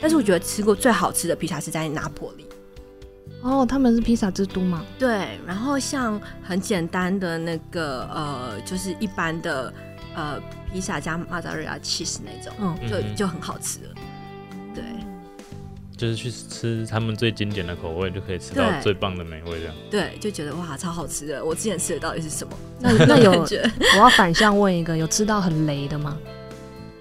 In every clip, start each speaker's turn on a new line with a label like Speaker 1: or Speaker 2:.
Speaker 1: 但是我觉得吃过最好吃的披萨是在拿破里。
Speaker 2: 哦，他们是披萨之都嘛？
Speaker 1: 对，然后像很简单的那个呃，就是一般的呃披萨加马扎瑞拉 cheese 那种，
Speaker 2: 嗯
Speaker 1: 就
Speaker 3: 嗯
Speaker 1: 就很好吃了。对
Speaker 3: 就是去吃他们最经典的口味，就可以吃
Speaker 1: 对
Speaker 3: 到最棒的美味这样。
Speaker 1: 对，就觉得哇，超好吃的！我之前吃的到底是什么？
Speaker 2: 那那 有，
Speaker 1: 感
Speaker 2: 我
Speaker 1: 觉
Speaker 2: 要反向问一个，有吃到很雷的吗？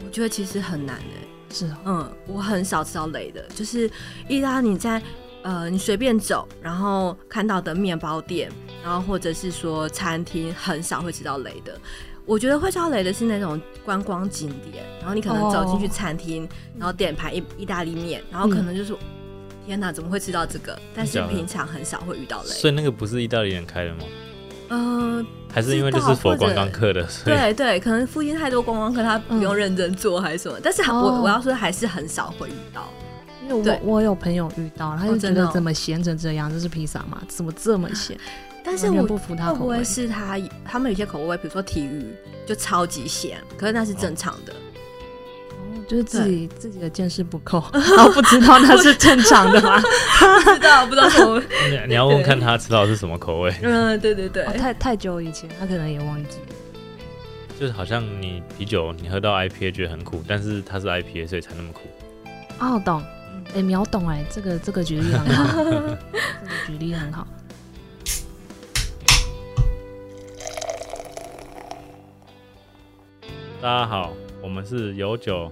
Speaker 1: 我觉得其实很难哎、
Speaker 2: 是哦，
Speaker 1: 嗯，我很少吃到雷的，就是意大利你在呃你随便走，然后看到的面包店，然后或者是说餐厅，很少会吃到雷的。我觉得会吃到雷的是那种观光景点，然后你可能走进去
Speaker 2: 哦
Speaker 1: 餐厅，然后点盘意意大利面，然后可能就是、天哪，怎么会吃到这个？但是
Speaker 3: 假的
Speaker 1: 平常很少会遇到雷。
Speaker 3: 所以那个不是意大利人开的吗？
Speaker 1: 嗯、
Speaker 3: 还是因为就是否观光客的，所以
Speaker 1: 对对，可能附近太多观光客，他不用认真做还是什么，但是我、
Speaker 2: 哦
Speaker 1: 我要说还是很少会遇到。
Speaker 2: 因为我
Speaker 1: 对
Speaker 2: 我有朋友遇到，他
Speaker 1: 哦
Speaker 2: 就觉
Speaker 1: 真的
Speaker 2: 得
Speaker 1: 哦
Speaker 2: 怎么咸成这样，这是披萨嘛？怎么这么咸？
Speaker 1: 但是
Speaker 2: 完全
Speaker 1: 我
Speaker 2: 不服他
Speaker 1: 会
Speaker 2: 口
Speaker 1: 不
Speaker 2: 味
Speaker 1: 会。是他他们有些口味，比如说体育就超级咸，可是那是正常的。
Speaker 2: 哦就是自己自己的见识不 够，然后不知道那是正常的吗？
Speaker 1: 不知道不知道什么？
Speaker 3: 你你要问看他吃到的是什么口味，
Speaker 1: 嗯，对对 对
Speaker 2: 哦、太太久以前，他可能也忘记。
Speaker 3: 就是好像你啤酒你喝到 IPA 觉得很苦，但是它是 IPA 所以才那么苦。
Speaker 2: 哦，懂，
Speaker 1: 嗯
Speaker 2: 哎、秒懂哎、这个这个举例很 好，这个举例很好。
Speaker 3: 大家好，我们是有酒，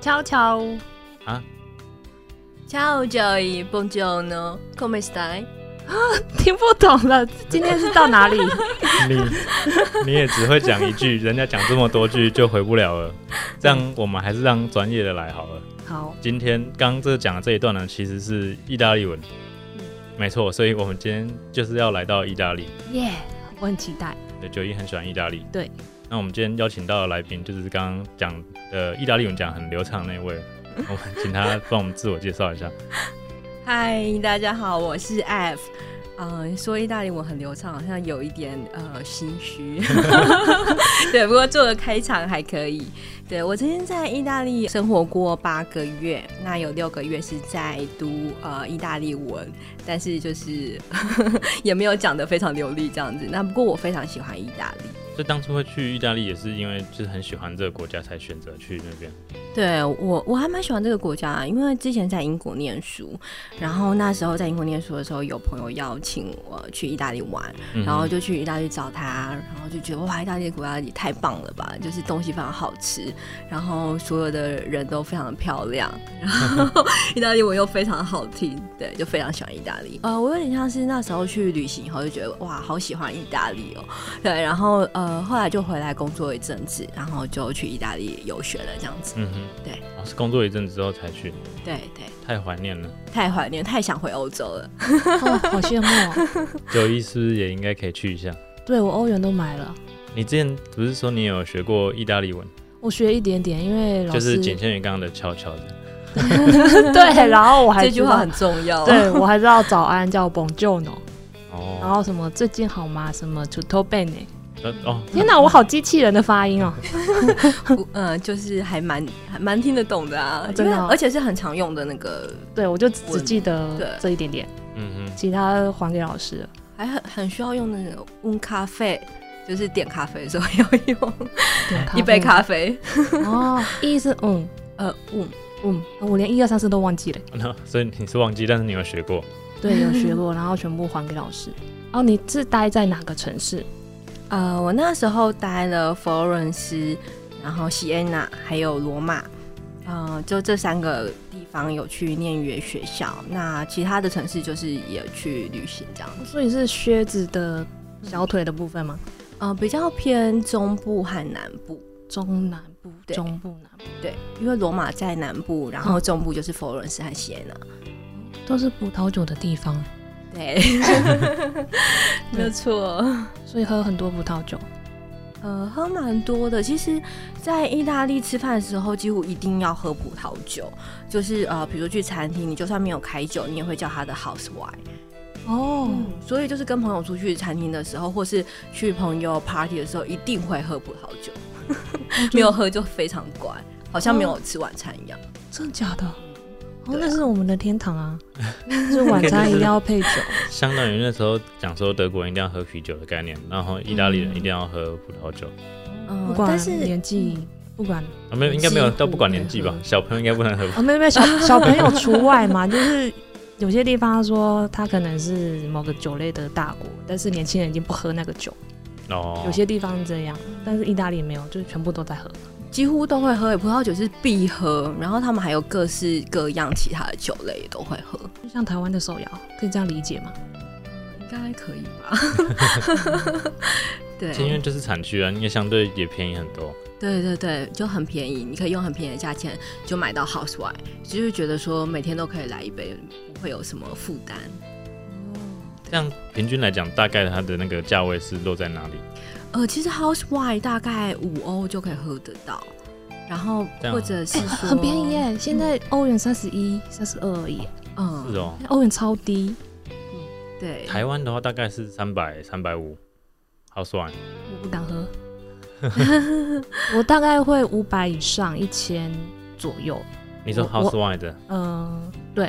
Speaker 4: 悄悄，
Speaker 1: Ciao Joey, buongiorno, come stai？
Speaker 2: 听不懂了，今天是到哪 里？
Speaker 3: 你你也只会讲一句，人家讲这么多句就回不了了。这样我们还是让专业的来好了。
Speaker 2: 好，
Speaker 3: 今天刚这讲的这一段呢，其实是意大利文，
Speaker 1: 嗯
Speaker 3: 没错，所以我们今天就是要来到意大利。
Speaker 2: 耶、我很期待。
Speaker 3: 对，九一很喜欢意大利。
Speaker 2: 对，
Speaker 3: 那我们今天邀请到的来宾就是刚刚讲的意大利文讲很流畅那 位，我们请他帮我们自我介绍一下。
Speaker 1: 嗨，大家好，我是 F。嗯，说意大利文很流畅，好像有一点呃心虚。 对，不过做个开场还可以。对我曾经在意大利生活过八个月，那有六个月是在读呃意大利文，但是就是 也没有讲得非常流利这样子。那不过我非常喜欢意大利。
Speaker 3: 所以当初会去意大利也是因为就是很喜欢这个国家才选择去那边。
Speaker 1: 对我，我还蛮喜欢这个国家，啊因为之前在英国念书，然后那时候在英国念书的时候，有朋友邀请我去意大利玩，
Speaker 3: 嗯
Speaker 1: 然后就去意大利找他，然后就觉得哇，意大利的国家也太棒了吧，就是东西非常好吃，然后所有的人都非常的漂亮， 然后意大利文又非常好听，对，就非常喜欢意大利。呃，我有点像是那时候去旅行以后就觉得哇，好喜欢意大利哦，对，然后呃后来就回来工作一阵子，然后就去意大利游学了这样子，
Speaker 3: 嗯哼，
Speaker 1: 对
Speaker 3: 哦，是工作一阵子之后才去，
Speaker 1: 对对，
Speaker 3: 太怀 念了。
Speaker 1: 太怀念，太想回欧洲了。
Speaker 2: 哦，好羡慕、哦。
Speaker 3: 九一是不是也应该可以去一下？
Speaker 2: 对我欧元都买了，
Speaker 3: 你之前不是说你有学过意大利文，
Speaker 2: 我学一点点，因为老
Speaker 3: 就
Speaker 2: 师
Speaker 3: 是 仅限于刚刚的悄悄的。
Speaker 2: 对，然后我还
Speaker 1: 这句话很
Speaker 2: 知
Speaker 1: 重要。
Speaker 2: 道对我还知道早安叫 Buongiorno，然
Speaker 3: 哦，
Speaker 2: 后什么最近好吗？什么 Tutto bene？
Speaker 3: 呃哦，
Speaker 2: 天哪，我好机器人的发音 哦。
Speaker 1: 不，嗯，就是还蛮还蛮听得懂的啊，
Speaker 2: 真的
Speaker 1: 因
Speaker 2: 哦
Speaker 1: 为而且是很常用的那个，
Speaker 2: 对，我就只
Speaker 1: 我
Speaker 2: 只记
Speaker 1: 对
Speaker 2: 得这一点点，
Speaker 3: 嗯哼，
Speaker 2: 其他还给老师了。
Speaker 1: 还很很需要用那个温咖啡，就是点咖啡的时候要用
Speaker 2: 点咖啡
Speaker 1: 一杯咖啡。
Speaker 2: 哦，一是嗯
Speaker 1: 呃，嗯，
Speaker 2: 嗯，我连一二三四都忘记了。
Speaker 3: 那所以你是忘记，但是你有学过。
Speaker 2: 对，有学 过，然后全部还给老师。哦，你是待在哪个城市？
Speaker 1: 呃，我那时候待了佛罗伦斯，然后西安娜，还有罗马，呃，就这三个地方有去念语言学校。那其他的城市就是也去旅行这样子。
Speaker 2: 所以是靴子的小腿的部分吗？
Speaker 1: 呃，比较偏中部和南部。
Speaker 2: 中南部、
Speaker 1: 对
Speaker 2: 中部南部
Speaker 1: 对，因为罗马在南部，然后中部就是佛罗伦斯和西耶纳。
Speaker 2: 都是葡萄酒的地方，
Speaker 1: 对， 没有错。
Speaker 2: 所以喝很多葡萄酒。
Speaker 1: 呃，喝蛮多的。其实，在意大利吃饭的时候，几乎一定要喝葡萄酒。就是呃，比如说去餐厅，你就算没有开酒，你也会叫他的 house wine。
Speaker 2: 哦
Speaker 1: 所以就是跟朋友出去餐厅的时候，或是去朋友 party 的时候，一定会喝葡萄酒。 没有喝就非常乖，好像没有吃晚餐一样。
Speaker 2: 真的假的？哦，
Speaker 1: 对啊
Speaker 2: 那是我们的天堂 啊！就是晚餐一定要配酒，
Speaker 3: 相当于那时候讲说德国人一定要喝啤酒的概念，然后意大利人一定要喝葡萄酒。
Speaker 1: 嗯、
Speaker 2: 不
Speaker 1: 但
Speaker 2: 管
Speaker 1: 是
Speaker 2: 年纪，不管
Speaker 3: 啊，没有，应该没有，
Speaker 2: 几乎
Speaker 3: 都不管年纪吧
Speaker 2: 对，
Speaker 3: 小朋友应该不能喝。
Speaker 2: 哦，没有没有， 小小朋友除外嘛，就是有些地方说他可能是某个酒类的大国，但是年轻人已经不喝那个酒，
Speaker 3: 哦，
Speaker 2: 有些地方这样，但是意大利没有，就是全部都在喝。
Speaker 1: 几乎都会喝，葡萄酒是必喝。然后他们还有各式各样其他的酒类也都会喝，
Speaker 2: 就像台湾的手摇，可以这样理解吗？
Speaker 1: 应该可以吧？ 对，
Speaker 3: 因为这是产区啊，应该相对也便宜很多。
Speaker 1: 对对对，就很便宜，你可以用很便宜的价钱就买到 house wine，就是觉得说每天都可以来一杯，不会有什么负担。
Speaker 3: 这样平均来讲，大概它的那个价位是落在哪里？
Speaker 1: 呃，其实 house wine 大概五欧就可以喝得到，然后
Speaker 3: 这样
Speaker 1: 或者是说、
Speaker 2: 哎很便宜，耶，现在欧元三十一、三十二而已，
Speaker 1: 嗯，
Speaker 3: 是哦，
Speaker 2: 欧元超低，
Speaker 1: 对，
Speaker 3: 台湾的话大概是三百、三百五，好算。
Speaker 2: 我不敢喝。我大概会五百以上，一千左右。
Speaker 3: 你说
Speaker 2: 我
Speaker 3: house wine 的、
Speaker 2: 嗯、对，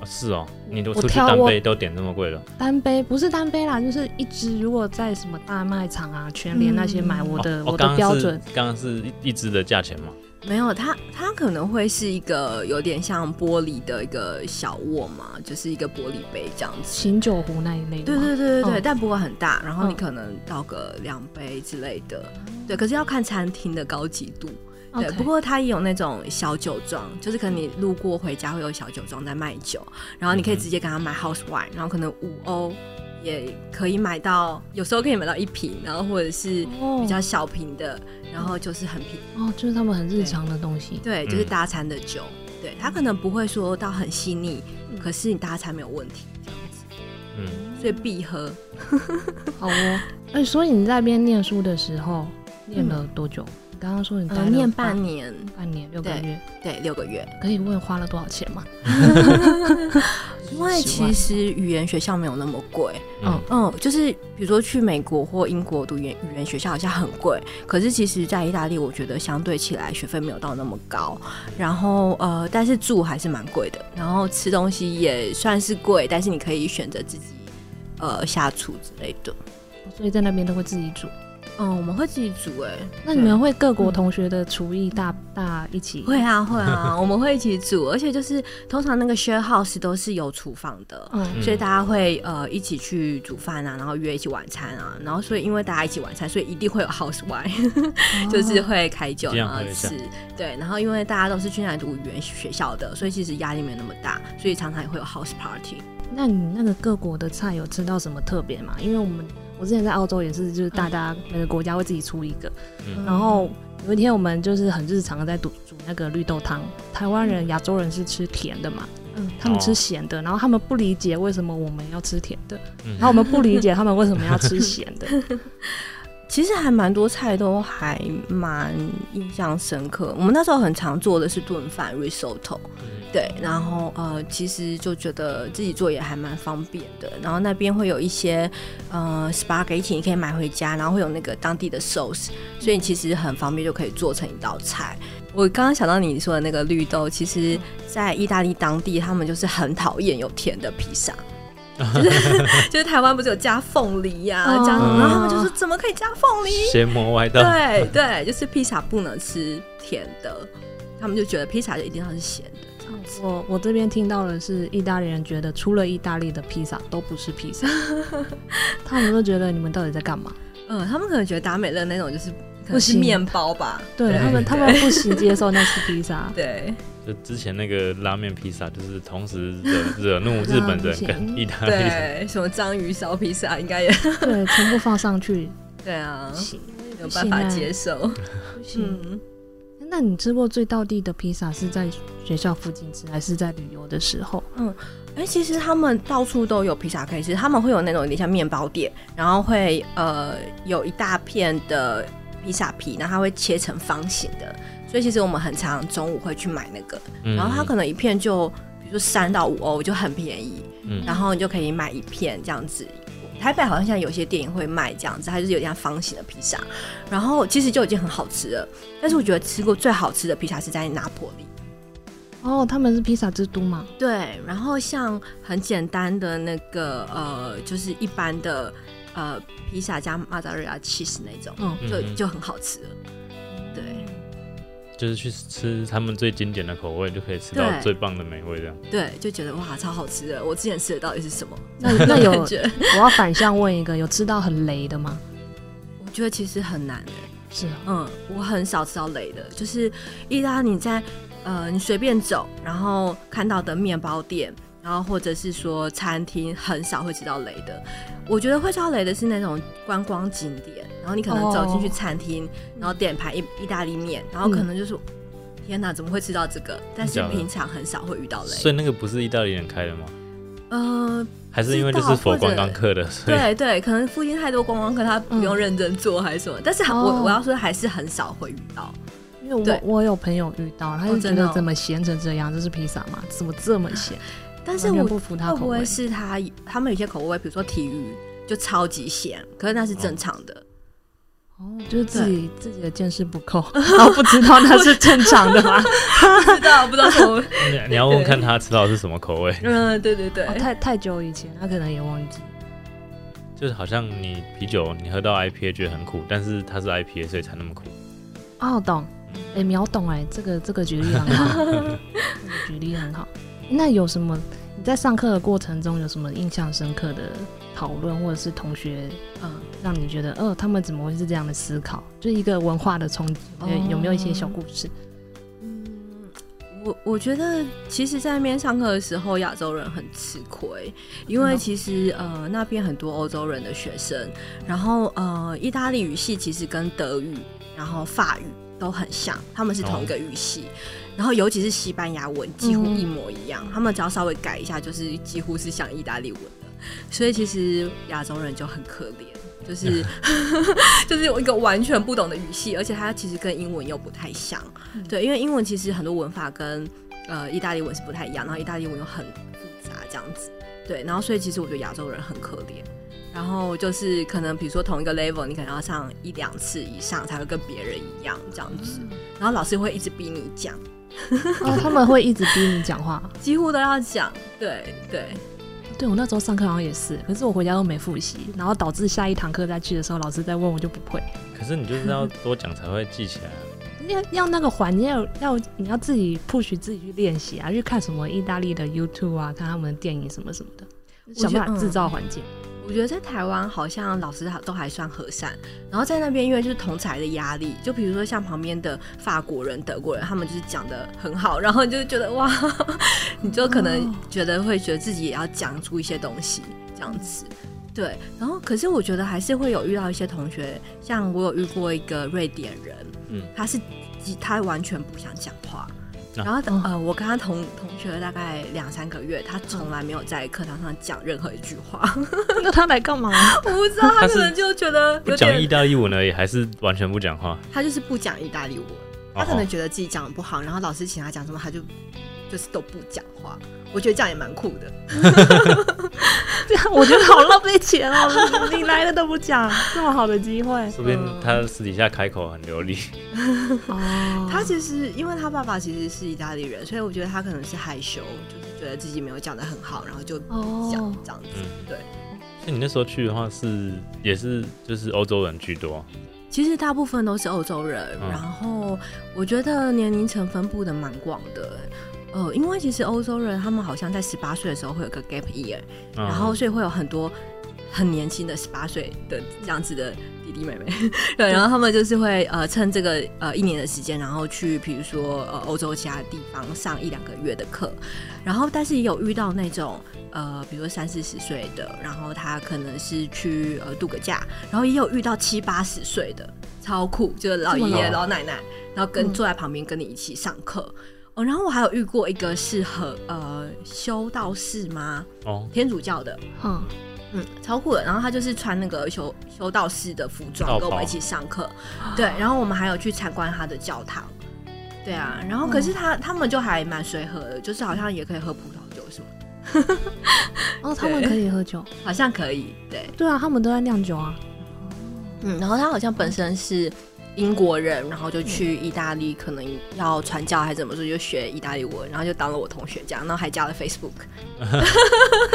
Speaker 3: 哦是哦，你都
Speaker 2: 我
Speaker 3: 出去
Speaker 2: 挑
Speaker 3: 单
Speaker 2: 我
Speaker 3: 杯都点这么贵了，
Speaker 2: 单杯不是单杯啦，就是一支。如果在什么大卖场啊、全联那些买，我的、
Speaker 3: 哦哦
Speaker 2: 我
Speaker 3: 刚
Speaker 2: 的
Speaker 3: 刚
Speaker 2: 标
Speaker 3: 是
Speaker 2: 准
Speaker 3: 刚刚是一一支的价钱嘛？
Speaker 1: 没有它它可能会是一个有点像玻璃的一个小瓮嘛，就是一个玻璃杯这样子。
Speaker 2: 醒酒壶那一类的
Speaker 1: 对
Speaker 2: 吗。
Speaker 1: 对对对对，
Speaker 2: 嗯
Speaker 1: 但不会很大，然后你
Speaker 2: 嗯
Speaker 1: 可能倒个两杯之类的，对，可是要看餐厅的高级度。对，
Speaker 2: OK
Speaker 1: 不过它也有那种小酒庄，就是可能你路过回家会有小酒庄在卖酒，然后你可以
Speaker 3: 嗯哼
Speaker 1: 直接跟他买 house wine，然后可能五欧也可以买到，有时候可以买到一瓶，然后或者是
Speaker 2: 哦
Speaker 1: 比较小瓶的，然后就是很平，
Speaker 2: 哦，就是他们很日常的东西。
Speaker 1: 对，就是
Speaker 3: 嗯
Speaker 1: 搭餐的酒，对，它可能不会说到很细腻，
Speaker 2: 嗯
Speaker 1: 可是你搭餐没有问题，
Speaker 3: 嗯，
Speaker 1: 所以必喝。
Speaker 2: 好哦，哎，所以你在那边念书的时候念了多久？你刚刚说你待
Speaker 1: 呃，
Speaker 2: 了
Speaker 1: 念半年，
Speaker 2: 半年六个
Speaker 1: 对
Speaker 2: 月，
Speaker 1: 对，六个月，
Speaker 2: 可以问花了多少钱吗？
Speaker 1: 因为
Speaker 2: 10
Speaker 1: 其
Speaker 2: 万
Speaker 1: 实语言学校没有那么贵，
Speaker 3: 嗯
Speaker 1: 嗯，就是比如说去美国或英国读语言语言学校好像很贵，可是其实在意大利，我觉得相对起来学费没有到那么高。然后呃，但是住还是蛮贵的，然后吃东西也算是贵，但是你可以选择自己呃下厨之类的。
Speaker 2: 所以在那边都会自己煮。
Speaker 1: 嗯，我们会自己煮哎、
Speaker 2: 那你们会各国同学的厨艺大大一起？
Speaker 1: 嗯会啊会 啊，我们会一起煮，而且就是通常那个 share house 都是有厨房的，
Speaker 2: 嗯，
Speaker 1: 所以大家会呃一起去煮饭啊，然后约一起晚餐啊，然后所以因为大家一起晚餐，所以一定会 有 house wine，、就是嗯
Speaker 2: 哦
Speaker 1: 会开酒
Speaker 3: 这样
Speaker 1: 然后
Speaker 3: 喝一下
Speaker 1: 吃，对，然后因为大家都是去那里读语言学校的，所以其实压力没有那么大，所以常常也会有 house party。
Speaker 2: 那你那个各国的菜有吃到什么特别吗？因为我们我之前在澳洲也是，就是
Speaker 1: 嗯
Speaker 2: 大家每个国家会自己出一个，
Speaker 3: 嗯
Speaker 2: 然后有一天我们就是很日常的在煮煮那个绿豆汤。台湾人、亚洲人是吃甜的嘛，
Speaker 1: 嗯
Speaker 2: 他们
Speaker 3: 哦
Speaker 2: 吃咸的，然后他们不理解为什么我们要吃甜的，
Speaker 3: 嗯
Speaker 2: 然后我们不理解他们为什么要吃咸的。
Speaker 1: 其实还蛮多菜都还蛮印象深刻。我们那时候很常做的是炖饭 risotto，对，
Speaker 3: 嗯
Speaker 1: 然后呃，其实就觉得自己做也还蛮方便的。然后那边会有一些呃 spaghetti，你可以买回家，然后会有那个当地的 sauce，所以其实很方便就可以做成一道菜。我刚刚想到你说的那个绿豆，其实，在意大利当地，他们就是很讨厌有甜的披萨。就是就是台湾不是有加凤梨呀、
Speaker 2: 哦
Speaker 1: 加，然后他们就说怎么可以加凤梨？
Speaker 3: 邪魔歪道，
Speaker 1: 对对，就是披萨不能吃甜的，他们就觉得披萨就一定要是咸的这样子。
Speaker 2: 我我这边听到的是意大利人觉得，除了意大利的披萨都不是披萨， 他们都觉得你们到底在干嘛？
Speaker 1: 嗯，他们可能觉得达美乐那种就是可
Speaker 2: 不
Speaker 1: 能是
Speaker 2: 行
Speaker 1: 面包吧，。
Speaker 2: 对他们，他们不行接受那是披萨
Speaker 1: 对
Speaker 3: 就之前那个拉面披萨，就是同时惹惹怒日本人
Speaker 1: 嗯
Speaker 3: 跟意大利人。
Speaker 1: 对，什么章鱼烧披萨应该也
Speaker 2: 对，全部放上去
Speaker 1: 对啊
Speaker 2: 不，行。
Speaker 1: 没有办法接受。
Speaker 2: 不行。
Speaker 1: 嗯，
Speaker 2: 那你吃过最道地的披萨是在学校附近吃，还是在旅游的时候？
Speaker 1: 哎、其实他们到处都有披萨可以吃，他们会有那种有点像面包店，然后会呃有一大片的披萨皮，然后它会切成方形的，所以其实我们很常中午会去买那个，
Speaker 3: 嗯
Speaker 1: 然后它可能一片就比如说三到五欧就很便宜，
Speaker 3: 嗯
Speaker 1: 然后你就可以买一片这样子。台北好像现在有些店也会卖这样子，它就是有点像方形的披萨，然后其实就已经很好吃了。但是我觉得吃过最好吃的披萨是在拿破里，
Speaker 2: 哦，他们是披萨之都嘛？
Speaker 1: 对，然后像很简单的那个呃，就是一般的呃披萨加马扎瑞拉 cheese 那种，
Speaker 2: 嗯
Speaker 1: 就
Speaker 3: 嗯嗯嗯
Speaker 1: 就很好吃了。对
Speaker 3: 就是去吃他们最经典的口味，就可以吃到
Speaker 1: 对
Speaker 3: 最棒的美味。这样，
Speaker 1: 对，就觉得哇，超好吃的！我之前吃的到底是什么？
Speaker 2: 那那有，
Speaker 1: 感
Speaker 2: 我
Speaker 1: 觉
Speaker 2: 要反向问一个，有吃到很雷的吗？
Speaker 1: 我觉得其实很难欸
Speaker 2: 是啊，
Speaker 1: 嗯，我很少吃到雷的，就是意大利你在呃你随便走，然后看到的面包店，然后或者是说餐厅，很少会吃到雷的。我觉得会吃到雷的是那种观光景点，然后你可能走进去
Speaker 2: 哦
Speaker 1: 餐厅，然后点盘意意大利面，然后可能就是、天哪，怎么会吃到这个？但是
Speaker 3: 真的假的
Speaker 1: 平常很少会遇到
Speaker 3: 所
Speaker 1: 雷。
Speaker 3: 以那个不是意大利人开的吗？
Speaker 1: 呃，
Speaker 3: 还是因为
Speaker 1: 知
Speaker 3: 就
Speaker 1: 道
Speaker 3: 是佛
Speaker 1: 或者
Speaker 3: 观光客的，所以
Speaker 1: 对对，可能附近太多观光客，他不用认真做还是什么，但是还我、
Speaker 2: 哦
Speaker 1: 我要说还是很少会遇到。
Speaker 2: 因为我
Speaker 1: 对
Speaker 2: 我有朋友遇到，他
Speaker 1: 哦
Speaker 2: 就觉
Speaker 1: 真的
Speaker 2: 得
Speaker 1: 哦
Speaker 2: 怎么咸成这样，这是披萨吗？怎么这么咸？
Speaker 1: 但是
Speaker 2: 完全
Speaker 1: 我
Speaker 2: 不服他
Speaker 1: 会
Speaker 2: 口
Speaker 1: 不
Speaker 2: 味
Speaker 1: 会。是他他们有些口味，比如说体育就超级咸，可是那是正常的。
Speaker 2: 哦，就是自己自己的见识不够， 然后不知道那是正常的 吗？
Speaker 1: 不哦知道不知道什么？
Speaker 3: 你你要问看他吃到的是什么口味，
Speaker 1: 嗯，对对对
Speaker 2: 哦，太太久以前，他可能也忘记。
Speaker 3: 就是好像你啤酒你喝到 IPA 觉得很苦，但是它是 IPA 所以才那么苦。
Speaker 2: 哦，懂，哎、秒懂哎、这个这个举例很 好，这个举例很好。那有什么？你在上课的过程中有什么印象深刻的讨论，或者是同学，呃，让你觉得，呃，他们怎么会是这样的思考？就一个文化的冲击，
Speaker 1: 哦
Speaker 2: 对，有没有一些小故事？
Speaker 1: 我我觉得其实，在那边上课的时候，亚洲人很吃亏，因为
Speaker 2: 嗯
Speaker 1: 其实呃那边很多欧洲人的学生，然后呃意大利语系其实跟德语，然后法语都很像，他们是同一个语系。然后，尤其是西班牙文几乎
Speaker 2: 嗯
Speaker 1: 一模一样，他们只要稍微改一下，就是几乎是像意大利文的。所以其实亚洲人就很可怜，就是就是有一个完全不懂的语系，而且它其实跟英文又不太像。对，因为英文其实很多文法跟呃意大利文是不太一样，然后意大利文又很复杂这样子。对，然后所以其实我觉得亚洲人很可怜。然后就是可能比如说同一个 level，你可能要上一两次以上才会跟别人一样这样子，然后老师会一直逼你讲，
Speaker 2: 哦，他们会一直逼你讲话。
Speaker 1: 几乎都要讲。对对，
Speaker 2: 对我那时候上课好像也是，可是我回家都没复习，然后导致下一堂课再去的时候，老师再问我就不会。
Speaker 3: 可是你就是要多讲才会记起来啊。
Speaker 2: 要要那个环，你要要你要自己 push 自己去练习啊，去看什么意大利的 YouTube 啊，看他们的电影什么什么的，
Speaker 1: 觉得嗯
Speaker 2: 想办法制造环境。
Speaker 1: 我觉得在台湾好像老师都还算和善，然后在那边因为就是同才的压力，就比如说像旁边的法国人、德国人，他们就是讲的很好，然后你就觉得哇， 你就可能觉得会觉得自己也要讲出一些东西这样子。对，然后可是我觉得还是会有遇到一些同学，像我有遇过一个瑞典人，
Speaker 3: 嗯
Speaker 1: 嗯，他是他完全不想讲话，
Speaker 3: 啊
Speaker 1: 然后他、
Speaker 2: 哦
Speaker 1: 呃，我跟他同同学了大概两三个月，他从来没有在课堂上讲任何一句话。
Speaker 2: 那他来 干嘛？
Speaker 1: 我不知道，他
Speaker 3: 是
Speaker 1: 可能就觉得
Speaker 3: 不
Speaker 1: 有
Speaker 3: 讲意
Speaker 1: 点，
Speaker 3: 大利文而已，还是完全不讲话。
Speaker 1: 他就是不讲意大利文，
Speaker 3: 哦
Speaker 1: 他可能觉得自己讲的不好，然后老师请他讲什么，他就就是都不讲话。我觉得这样也蛮酷的。
Speaker 2: 这样啊我觉得好浪费钱哦！你 来了都不讲，这么好的机会
Speaker 3: 说不定他私底下开口很流利，
Speaker 2: 哦
Speaker 1: 他其实因为他爸爸其实是意大利人，所以我觉得他可能是害羞，就是觉得自己没有讲的很好，然后就不讲、
Speaker 2: 哦
Speaker 1: 这样子。
Speaker 3: 嗯，
Speaker 1: 对。
Speaker 3: 那你那时候去的话是也是就是欧洲人居多，
Speaker 1: 其实大部分都是欧洲人，
Speaker 3: 嗯
Speaker 1: 然后我觉得年龄层分布的蛮广的。呃，因为其实欧洲人他们好像在十八岁的时候会有个 gap year，
Speaker 3: 嗯
Speaker 1: 然后所以会有很多很年轻的十八岁的这样子的弟弟妹妹，对，然后他们就是会呃趁这个呃一年的时间，然后去比如说呃欧洲其他地方上一两个月的课，然后但是也有遇到那种呃比如说三四十岁的，然后他可能是去呃度个假，然后也有遇到七八十岁的，超酷，就是老爷
Speaker 3: 这么
Speaker 1: 爷
Speaker 3: 老
Speaker 1: 老奶奶，然后跟
Speaker 2: 嗯
Speaker 1: 坐在旁边跟你一起上课。哦，然后我还有遇过一个是和呃修道士吗？
Speaker 3: 哦，
Speaker 1: 天主教的，
Speaker 2: 嗯，
Speaker 1: 嗯，超酷的。然后他就是穿那个修修道士的服
Speaker 3: 道
Speaker 1: 装
Speaker 3: 袍
Speaker 1: 跟我们一起上课，对。然后我们还有去参观他的教堂，对啊。然后可是他、他们就还蛮随和的，就是好像也可以喝葡萄酒什么的，
Speaker 2: 哦，他们
Speaker 1: 对
Speaker 2: 可以喝酒，
Speaker 1: 好像可以，对，
Speaker 2: 对啊，他们都在酿酒啊。
Speaker 1: 嗯。然后他好像本身是。英国人，然后就去意大利，可能要传教还是怎么说，就学意大利文，然后就当了我同学这样，然后还加了 Facebook，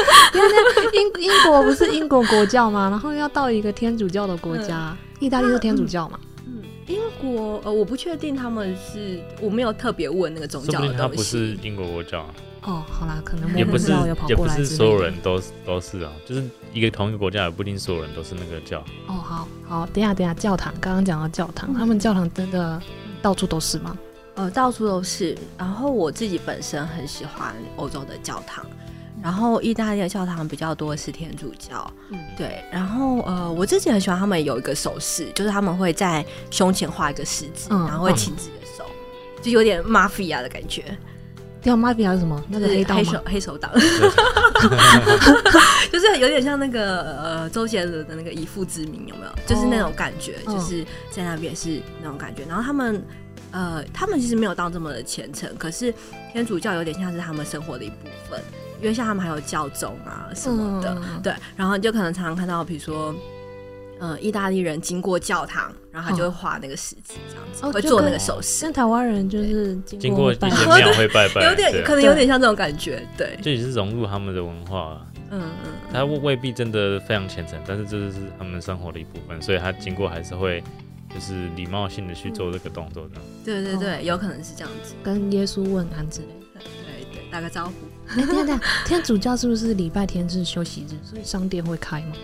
Speaker 2: 英英国不是英国国教吗？然后要到一个天主教的国家，意大利是天主教嘛？
Speaker 1: 嗯，英国呃，我不确定他们是，我没有特别问那个宗
Speaker 3: 说
Speaker 1: 教
Speaker 3: 不
Speaker 1: 的
Speaker 3: 定他
Speaker 1: 东
Speaker 3: 不
Speaker 1: 西。
Speaker 3: 是英国国教啊，
Speaker 2: 哦，好啦，可能
Speaker 3: 也
Speaker 2: 我
Speaker 3: 不
Speaker 2: 不
Speaker 3: 是
Speaker 2: 知道有跑
Speaker 3: 也
Speaker 2: 过
Speaker 3: 不
Speaker 2: 来之类
Speaker 3: 是
Speaker 2: 的
Speaker 3: 所有人都是都是啊，就是一个同一个国家也不一定所有人都是那个教。
Speaker 2: 哦，好好，等一下等一下，教堂刚刚讲到教堂，他们教堂真的到处都是吗？
Speaker 1: 呃，到处都是。然后我自己本身很喜欢欧洲的教堂，然后意大利的教堂比较多是天主教，
Speaker 2: 嗯
Speaker 1: 对。然后呃，我自己很喜欢他们有一个手势，就是他们会在胸前画一个十字，
Speaker 2: 嗯
Speaker 1: 然后会亲自己的手，就有点 mafia 的感觉，
Speaker 2: 叫马比还是什么？那个
Speaker 1: 就是
Speaker 2: 黑道
Speaker 1: 黑
Speaker 2: 吗
Speaker 1: 手？黑手 党，就是有点像那个呃周杰伦的那个《以父之名》，有没有？就是那种感觉，
Speaker 2: 嗯
Speaker 1: 就是在那边是那种感觉。然后他们呃，他们其实没有到这么的虔诚，可是天主教有点像是他们生活的一部分，因为像他们还有教宗啊什么的，
Speaker 2: 嗯
Speaker 1: 对。然后你就可能常常看到，比如说。呃，意大利人经过教堂，然后他就会画那个十字，这样子、
Speaker 2: 哦
Speaker 1: 会
Speaker 2: 就
Speaker 1: 做那
Speaker 2: 跟
Speaker 1: 个手势，
Speaker 2: 像台湾人就是
Speaker 3: 经
Speaker 2: 经
Speaker 3: 过
Speaker 2: 过
Speaker 3: 一些
Speaker 2: 拜
Speaker 1: 拜
Speaker 3: 庙会拜 拜，
Speaker 1: 有点
Speaker 3: 对啊
Speaker 1: 可能有点像这种感觉，对，
Speaker 3: 这也是融入他们的文化啊。
Speaker 1: 嗯嗯。
Speaker 3: 他未未必真的非常虔诚，但是这就是他们生活的一部分，所以他经过还是会就是礼貌性的去做这个动作的。
Speaker 1: 对对
Speaker 2: 哦
Speaker 1: 对，有可能是这样子。
Speaker 2: 跟耶稣问安之类的。
Speaker 1: 对对，打个招呼。
Speaker 2: 哎、等一下等一下，天主教是不是礼拜天是休息日，所以商店会开吗？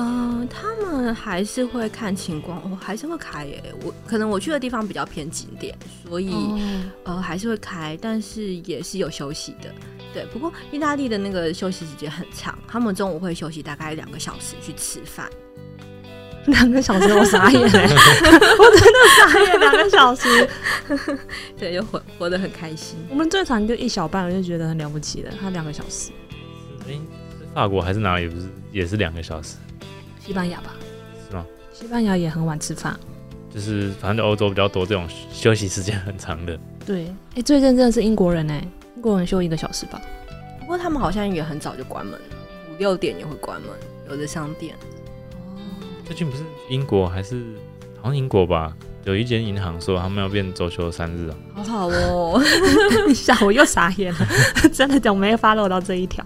Speaker 1: 嗯、他们还是会看情况，我、还是会开耶。我可能我去的地方比较偏景点，所以、
Speaker 2: 哦，
Speaker 1: 呃还是会开，但是也是有休息的。对，不过意大利的那个休息时间很长，他们中午会休息大概两个小时去吃饭。
Speaker 2: 两个小时我傻眼了，我真的傻眼两个小时。
Speaker 1: 对，就活活得很开心。
Speaker 2: 我们最长就一小半，我就觉得很了不起了。他两个小时，
Speaker 3: 哎、是法国还是哪里不是也是两个小时
Speaker 2: 西班牙吧？
Speaker 3: 是吗？
Speaker 2: 西班牙也很晚吃饭。
Speaker 3: 就是反正欧洲比较多这种休息时间很长的，
Speaker 2: 对，哎、最近真的是英国人哎、英国人休一个小时吧？
Speaker 1: 不过他们好像也很早就关门了，五六点也会关门，有的商店。
Speaker 3: 最近不是英国还是好像英国吧，有一间银行说他们要变周休三日啊，
Speaker 1: 好好哦，
Speaker 2: 等一下，我又傻眼了， 真的，我没有 follow 到这一条。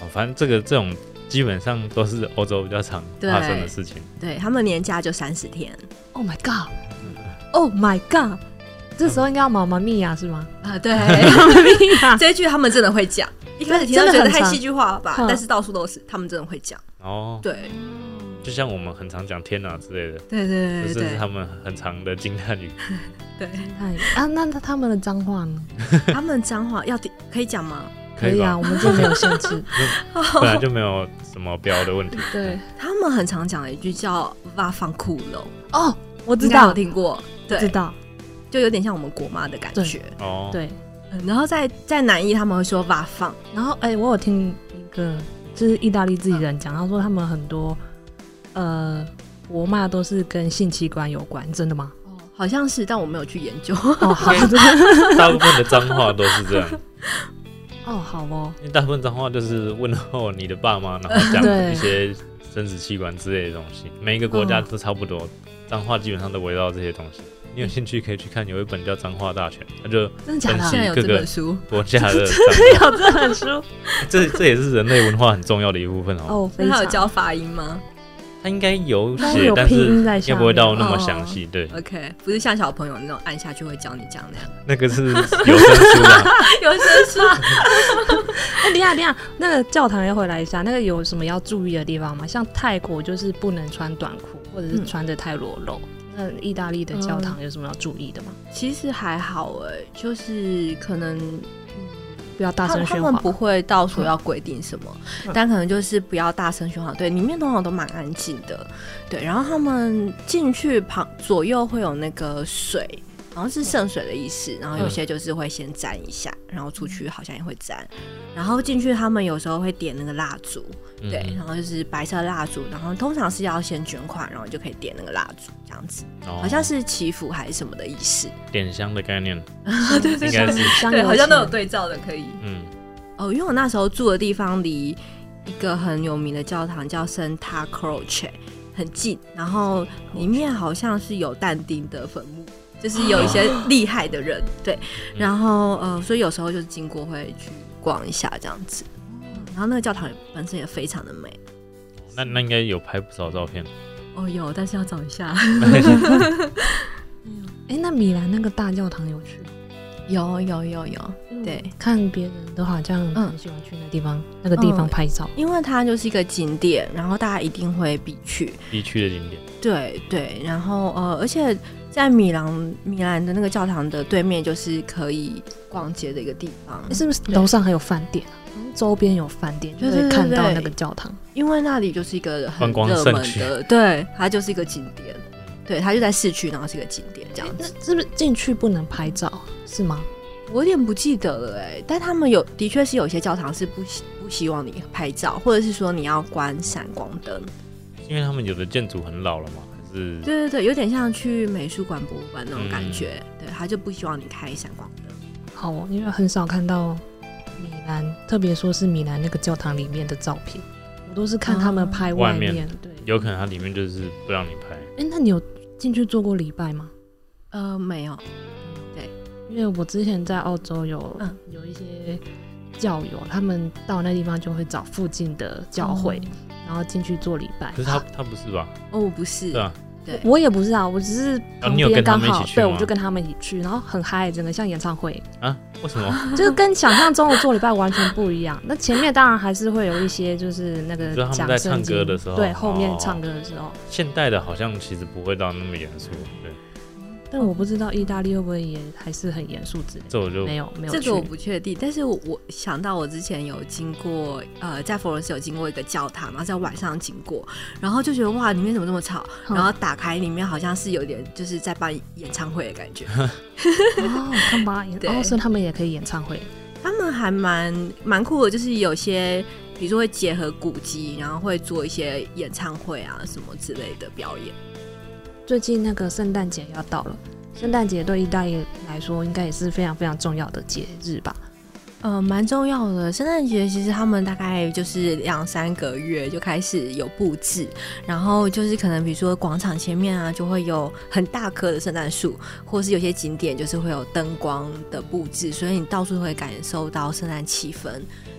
Speaker 3: 哦，反正这个这种基本上都是欧洲比较常
Speaker 1: 对
Speaker 3: 发生的事情。
Speaker 1: 对他们年假就三十天
Speaker 2: Oh my
Speaker 3: 嗯
Speaker 2: god！Oh my god！这时候应该要妈妈咪呀是吗？
Speaker 1: 啊、对。
Speaker 2: 妈妈咪呀！
Speaker 1: 这一句他们真的会讲，一开始听
Speaker 2: 真
Speaker 1: 到
Speaker 2: 的
Speaker 1: 觉得
Speaker 2: 很
Speaker 1: 太
Speaker 2: 长
Speaker 1: 戏剧化了吧
Speaker 2: 嗯，
Speaker 1: 但是到处都是，他们真的会讲。
Speaker 3: 然后
Speaker 1: 对，
Speaker 3: 就像我们很常讲天啊之类的，
Speaker 1: 对
Speaker 3: 这
Speaker 1: 对
Speaker 3: 是他们很常的惊叹语。
Speaker 1: 对
Speaker 2: 哎啊，那那他们的脏话呢？
Speaker 1: 对，他们脏话要可以讲吗？
Speaker 3: 可以吧
Speaker 2: 啊，我们这没有限 制。
Speaker 3: 本来就没有什么标的问题。
Speaker 2: 对，
Speaker 1: 他们很常讲的一句叫“挖放骷髅
Speaker 2: 哦，我”，知
Speaker 1: 应该有
Speaker 2: 道，
Speaker 1: 听过？
Speaker 2: 知
Speaker 1: 对，
Speaker 2: 道，
Speaker 1: 就有点像我们国妈的感觉。
Speaker 3: 哦，
Speaker 2: 对。
Speaker 1: 嗯然后在在南艺他们会说“挖放
Speaker 2: 然后哎、我有听一个就是意大利自己人讲，他说他们很多呃国骂都是跟性器官有关，真 的吗？”，
Speaker 1: 好像是，但我没有去研究。
Speaker 2: 哦，好，
Speaker 3: 对
Speaker 2: 真的
Speaker 3: 大部分的脏话都是这样，
Speaker 2: 哦，好哦，
Speaker 3: 因为大部分脏话就是问候你的爸妈，然后讲
Speaker 2: 对
Speaker 3: 一些生殖器官之类的东西。每一个国家都差不多，脏话基本上都围绕这些东西。你有兴趣可以去看，有一本叫《脏话大全》，它就
Speaker 2: 真的假哦的？
Speaker 3: 分
Speaker 1: 现在
Speaker 3: 析
Speaker 1: 有
Speaker 3: 各
Speaker 1: 这
Speaker 3: 个
Speaker 1: 本书，
Speaker 3: 国家的脏话，
Speaker 2: 有这 本书
Speaker 3: 这这也是人类文化很重要的一部分哦。
Speaker 2: 哦，
Speaker 1: 那
Speaker 2: 非
Speaker 1: 他
Speaker 2: 常
Speaker 1: 有教发音吗
Speaker 3: 它应该有
Speaker 2: 它
Speaker 3: 写
Speaker 2: 有，
Speaker 3: 但
Speaker 2: 拼
Speaker 3: 是
Speaker 2: 音在
Speaker 3: 应该
Speaker 2: 下
Speaker 3: 不会
Speaker 2: 面。
Speaker 3: 到那么
Speaker 1: 哦
Speaker 3: 详细。对，
Speaker 1: ？OK，不是像小朋友那种按下去会教你讲那样。
Speaker 3: 那个是有声书啊。
Speaker 1: 有些书
Speaker 2: 哎，等一下等一下，那个教堂要回来一下，那个有什么要注意的地方吗？像泰国就是不能穿短裤，或或
Speaker 1: 嗯
Speaker 2: 者是穿的太裸露。那意大利的教堂有什么要注意的吗？
Speaker 1: 其实还好哎、就是可能
Speaker 2: 不要大
Speaker 1: 他
Speaker 2: 声
Speaker 1: 他
Speaker 2: 喧
Speaker 1: 们
Speaker 2: 哗。
Speaker 1: 不会到说要规定什么，
Speaker 2: 嗯
Speaker 1: 但可能就是不要大声喧哗。对，里面通常都蛮安静的。对，然后他们进去旁左右会有那个水，好像是圣水的意思。然后有些就是会先沾一下，然后出去好像也会沾。然后进去他们有时候会点那个蜡烛，对，
Speaker 3: 嗯
Speaker 1: 然后就是白色蜡烛，然后通常是要先捐款，然后就可以点那个蜡烛这样子，
Speaker 3: 哦
Speaker 1: 好像是祈福还是什么的仪式。
Speaker 3: 点香的概念，
Speaker 1: 对对
Speaker 3: 应该是
Speaker 2: 香
Speaker 1: 对，
Speaker 2: 油
Speaker 1: 好像都有
Speaker 2: 钱
Speaker 1: 对照的可以。
Speaker 3: 嗯
Speaker 1: 哦，因为我那时候住的地方离一个很有名的教堂叫圣塔 Croce 很近，然后里面好哦像是有但丁的坟墓，就是有一些厉害的人，对，然后呃，所以有时候就是经过会去逛一下这样子。嗯然后那个教堂本身也非常的美
Speaker 3: 那那应该有拍不少照片。
Speaker 1: 哦，有，但是要找一下。
Speaker 2: 哎、那米兰那个大教堂有去吗？
Speaker 1: 有有有有，对，
Speaker 2: 嗯看别人都好像
Speaker 1: 嗯
Speaker 2: 很喜欢去那地方，那个地方
Speaker 1: 嗯
Speaker 2: 拍照。
Speaker 1: 因为它就是一个景点，然后大家一定会必去。
Speaker 3: 必去的景点，
Speaker 1: 对对，然后呃，而且在米兰米兰的那个教堂的对面就是可以逛街的一个地方，
Speaker 2: 是不是楼上还有饭店啊？周边有饭店，
Speaker 1: 对
Speaker 2: 就可以
Speaker 1: 对对
Speaker 2: 看到
Speaker 1: 对
Speaker 2: 那个教堂。
Speaker 1: 因为那里就是一个很
Speaker 3: 观光
Speaker 1: 热
Speaker 3: 圣
Speaker 1: 门
Speaker 3: 区
Speaker 1: 的，对，它就是一个景点，对，它就在市区，然后是一个景点这样
Speaker 2: 那
Speaker 1: 子。
Speaker 2: 是不是进去不能拍照？是吗？
Speaker 1: 我有点不记得了哎、但他们有的确是有些教堂是不希不希望你拍照，或者是说你要关闪光灯。
Speaker 3: 因为他们有的建筑很老了嘛，还是
Speaker 1: 对对对，有点像去美术馆、博物馆那种感
Speaker 3: 嗯
Speaker 1: 觉，对，他就不希望你开闪光灯。
Speaker 2: 好哦，因为很少看到米兰，特别说是米兰那个教堂里面的照片，我都是看他们
Speaker 1: 哦
Speaker 2: 拍
Speaker 3: 外
Speaker 2: 面。
Speaker 3: 面
Speaker 2: 对，
Speaker 3: 有可能它里面就是不让你拍。
Speaker 2: 哎、那你有进去做过礼拜吗？
Speaker 1: 呃，没有，
Speaker 2: 因为我之前在澳洲有、
Speaker 1: 嗯
Speaker 2: 有一些教友，他们到那地方就会找附近的教会，然后进去做礼拜。
Speaker 3: 可是它它不是吧？
Speaker 1: 嗯哦，我不是，
Speaker 3: 对啊，
Speaker 1: 对
Speaker 2: 我也不是啊，我只是
Speaker 3: 哦
Speaker 2: 旁
Speaker 3: 你有
Speaker 2: 边
Speaker 3: 跟他
Speaker 2: 刚
Speaker 3: 们一
Speaker 2: 好、
Speaker 3: 起去
Speaker 2: 对，
Speaker 3: 吗
Speaker 2: 我就跟他们一起去，然后很嗨，整个像演唱会，
Speaker 3: 啊，为什 么？
Speaker 2: 就是跟想象中的做礼拜完全不一样。那前面当然还是会有一些就是那
Speaker 3: 你
Speaker 2: 个
Speaker 3: 说他们
Speaker 2: 讲
Speaker 3: 在
Speaker 2: 圣
Speaker 3: 唱歌
Speaker 2: 经
Speaker 3: 的时候
Speaker 2: 对，
Speaker 3: 哦
Speaker 2: 后面唱歌的时候，
Speaker 3: 现代的好像其实不会到那么严肃，对，
Speaker 2: 但我不知道意大利会不会也还是很严肃之类的。
Speaker 3: 这我就
Speaker 2: 没有没有
Speaker 1: 这
Speaker 2: 去
Speaker 1: 个我不确定，但是我我想到我之前有经过，呃，在佛罗伦斯有经过一个教堂，然后在晚上经过，然后就觉得哇，里面怎么这么吵？
Speaker 2: 嗯
Speaker 1: 然后打开里面好像是有点就是在办演唱会的感觉，
Speaker 2: 哦，看吧，演
Speaker 1: 对
Speaker 2: 哦，所以他们也可以演唱会，
Speaker 1: 他们还蛮蛮酷的，就是有些比如说会结合古迹，然后会做一些演唱会啊什么之类的表演。
Speaker 2: 最近那个圣诞节要到了，圣诞节对意大利来说应该也是非常非常重要的节日 吧？
Speaker 1: 呃，蛮重要的。圣诞节其实他们大概就是两三个月就开始有布置，然后就是可能比如说广场前面啊，就会有很大棵的圣诞树，或是有些景点就是会有灯光的布置，所以你到处会感受到圣诞气氛。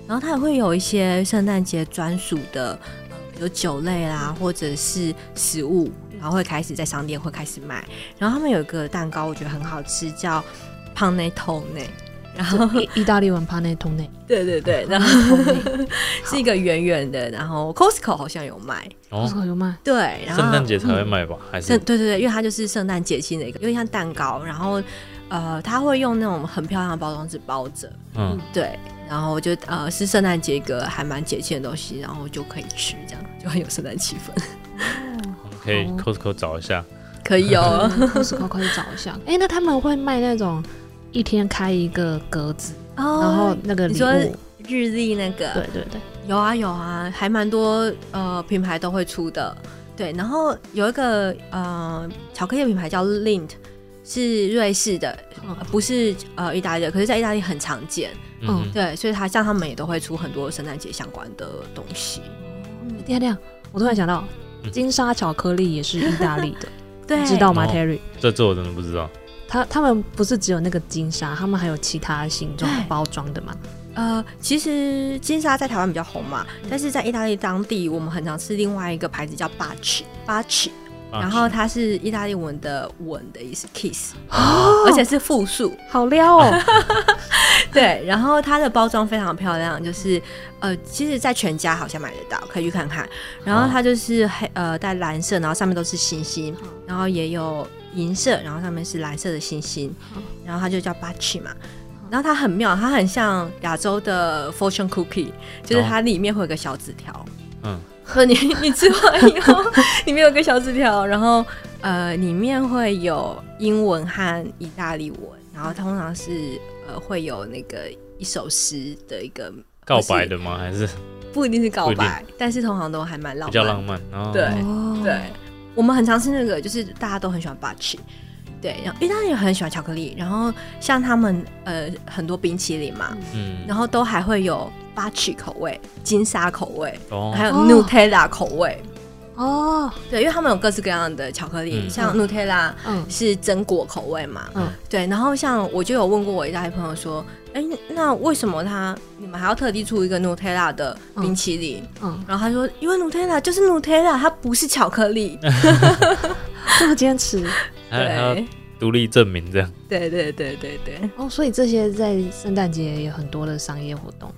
Speaker 1: 然后它也会有一些圣诞节专属的，呃比如酒类啦，或者是食物，然后会开始在商店会开始卖。然后他们有一个蛋糕，我觉得很好吃，叫 panettone。然后
Speaker 2: 就意意大利文 p a n e t t o n e
Speaker 1: 对对对，然后
Speaker 2: p
Speaker 1: 是一个圆圆的，然后 Costco 好像有卖，
Speaker 2: a
Speaker 3: 哦，
Speaker 2: n 有卖，
Speaker 1: 对，然后
Speaker 3: 圣诞节才会卖吧？还
Speaker 1: 嗯圣
Speaker 3: 是
Speaker 1: 对对对，因为它就是圣诞节庆的一个，有点像蛋糕，然后呃，它会用那种很漂亮的包装纸包着，
Speaker 3: 嗯，
Speaker 1: 对，然后就呃是圣诞节一个还蛮节庆的东西，然后就可以吃，这样就很有圣诞气氛，
Speaker 3: 可以
Speaker 2: 好
Speaker 3: Costco 找一下，
Speaker 1: 可以嗯 哦，
Speaker 2: 二十块可以找一下。哎、那他们会卖那种一天开一个格子，然
Speaker 1: 然
Speaker 2: 后那个
Speaker 1: 哦你
Speaker 2: 礼
Speaker 1: 说呃
Speaker 2: 物，
Speaker 1: 日历那个
Speaker 2: 对对对，
Speaker 1: 有啊有啊，还蛮多呃品牌都会出的。对，然后有一个呃巧克力品牌叫 Lindt，是瑞士的，
Speaker 2: 嗯
Speaker 1: 呃不是呃意大利的，可是在意大利很常见。
Speaker 2: 哦
Speaker 3: 嗯哼，
Speaker 1: 对，所以它像他们也都会出很多圣诞节相关的东西。
Speaker 2: 第二亮，我突然想到，
Speaker 3: 嗯
Speaker 2: 金沙巧克力也是意大利的，
Speaker 1: 对，
Speaker 2: 你知道吗、
Speaker 3: 哦
Speaker 2: t e r r y
Speaker 3: 这这我真的不知道，
Speaker 2: 他他们不是只有那个金沙，他们还有其他形状
Speaker 1: 对
Speaker 2: 包装的嘛？
Speaker 1: 呃，其实金沙在台湾比较红嘛，但是在意大利当地，我们很常吃另外一个牌子叫 Baci Baci，
Speaker 3: 啊
Speaker 1: 然后它是意大利文的吻的意思，kiss，
Speaker 2: 哦
Speaker 1: 而且是复数。
Speaker 2: 好撩哦！
Speaker 1: 对，然后它的包装非常漂亮，就是呃，其实，在全家好像买得到，可以去看看。然后它就是黑呃带蓝色，然后上面都是星星，然后也有银色，然后上面是蓝色的星星，然后它就叫巴奇嘛。然后它很妙，它很像亚洲的 fortune cookie，就是它里面会有个小纸条，
Speaker 3: 嗯，
Speaker 1: 说你你吃完以后，里面有个小纸条，然后呃，里面会有英文和意大利文，然后通常是呃会有那个一首诗的一个
Speaker 3: 告白的吗？还是
Speaker 1: 不一定是告
Speaker 3: 不一定
Speaker 1: 白，但是通常都还蛮浪
Speaker 3: 比
Speaker 1: 漫
Speaker 3: 较
Speaker 1: 的。
Speaker 3: 浪漫？哦
Speaker 1: 对
Speaker 2: 哦
Speaker 1: 对，我们很常吃那个，就是大家都很喜欢 b a c h 对，然后意大利人很喜欢巧克力，然后像他们呃很多冰淇淋嘛，
Speaker 3: 嗯，
Speaker 1: 然后都还会有 b a c h 口味、金沙口味，
Speaker 3: 哦，
Speaker 1: 还有
Speaker 2: 哦
Speaker 1: Nutella 口味。
Speaker 2: 哦，
Speaker 1: 对，因为他们有各式各样的巧克力，
Speaker 3: 嗯
Speaker 1: 像 Nutella
Speaker 2: 嗯
Speaker 1: 是榛果口味嘛，
Speaker 2: 嗯
Speaker 1: 对。然后像我就有问过我一大堆朋友说，哎、那为什么他你们还要特地出一个 Nutella 的冰淇淋？
Speaker 2: 嗯，
Speaker 1: 然后他说，因为 Nutella 就是 Nutella，它不是巧克力。
Speaker 2: 这么坚持
Speaker 3: 还还要
Speaker 1: 对，
Speaker 3: 独立证明这样。
Speaker 1: 对对对对对，
Speaker 2: 哦，所以这些在圣诞节有很多的商业活动。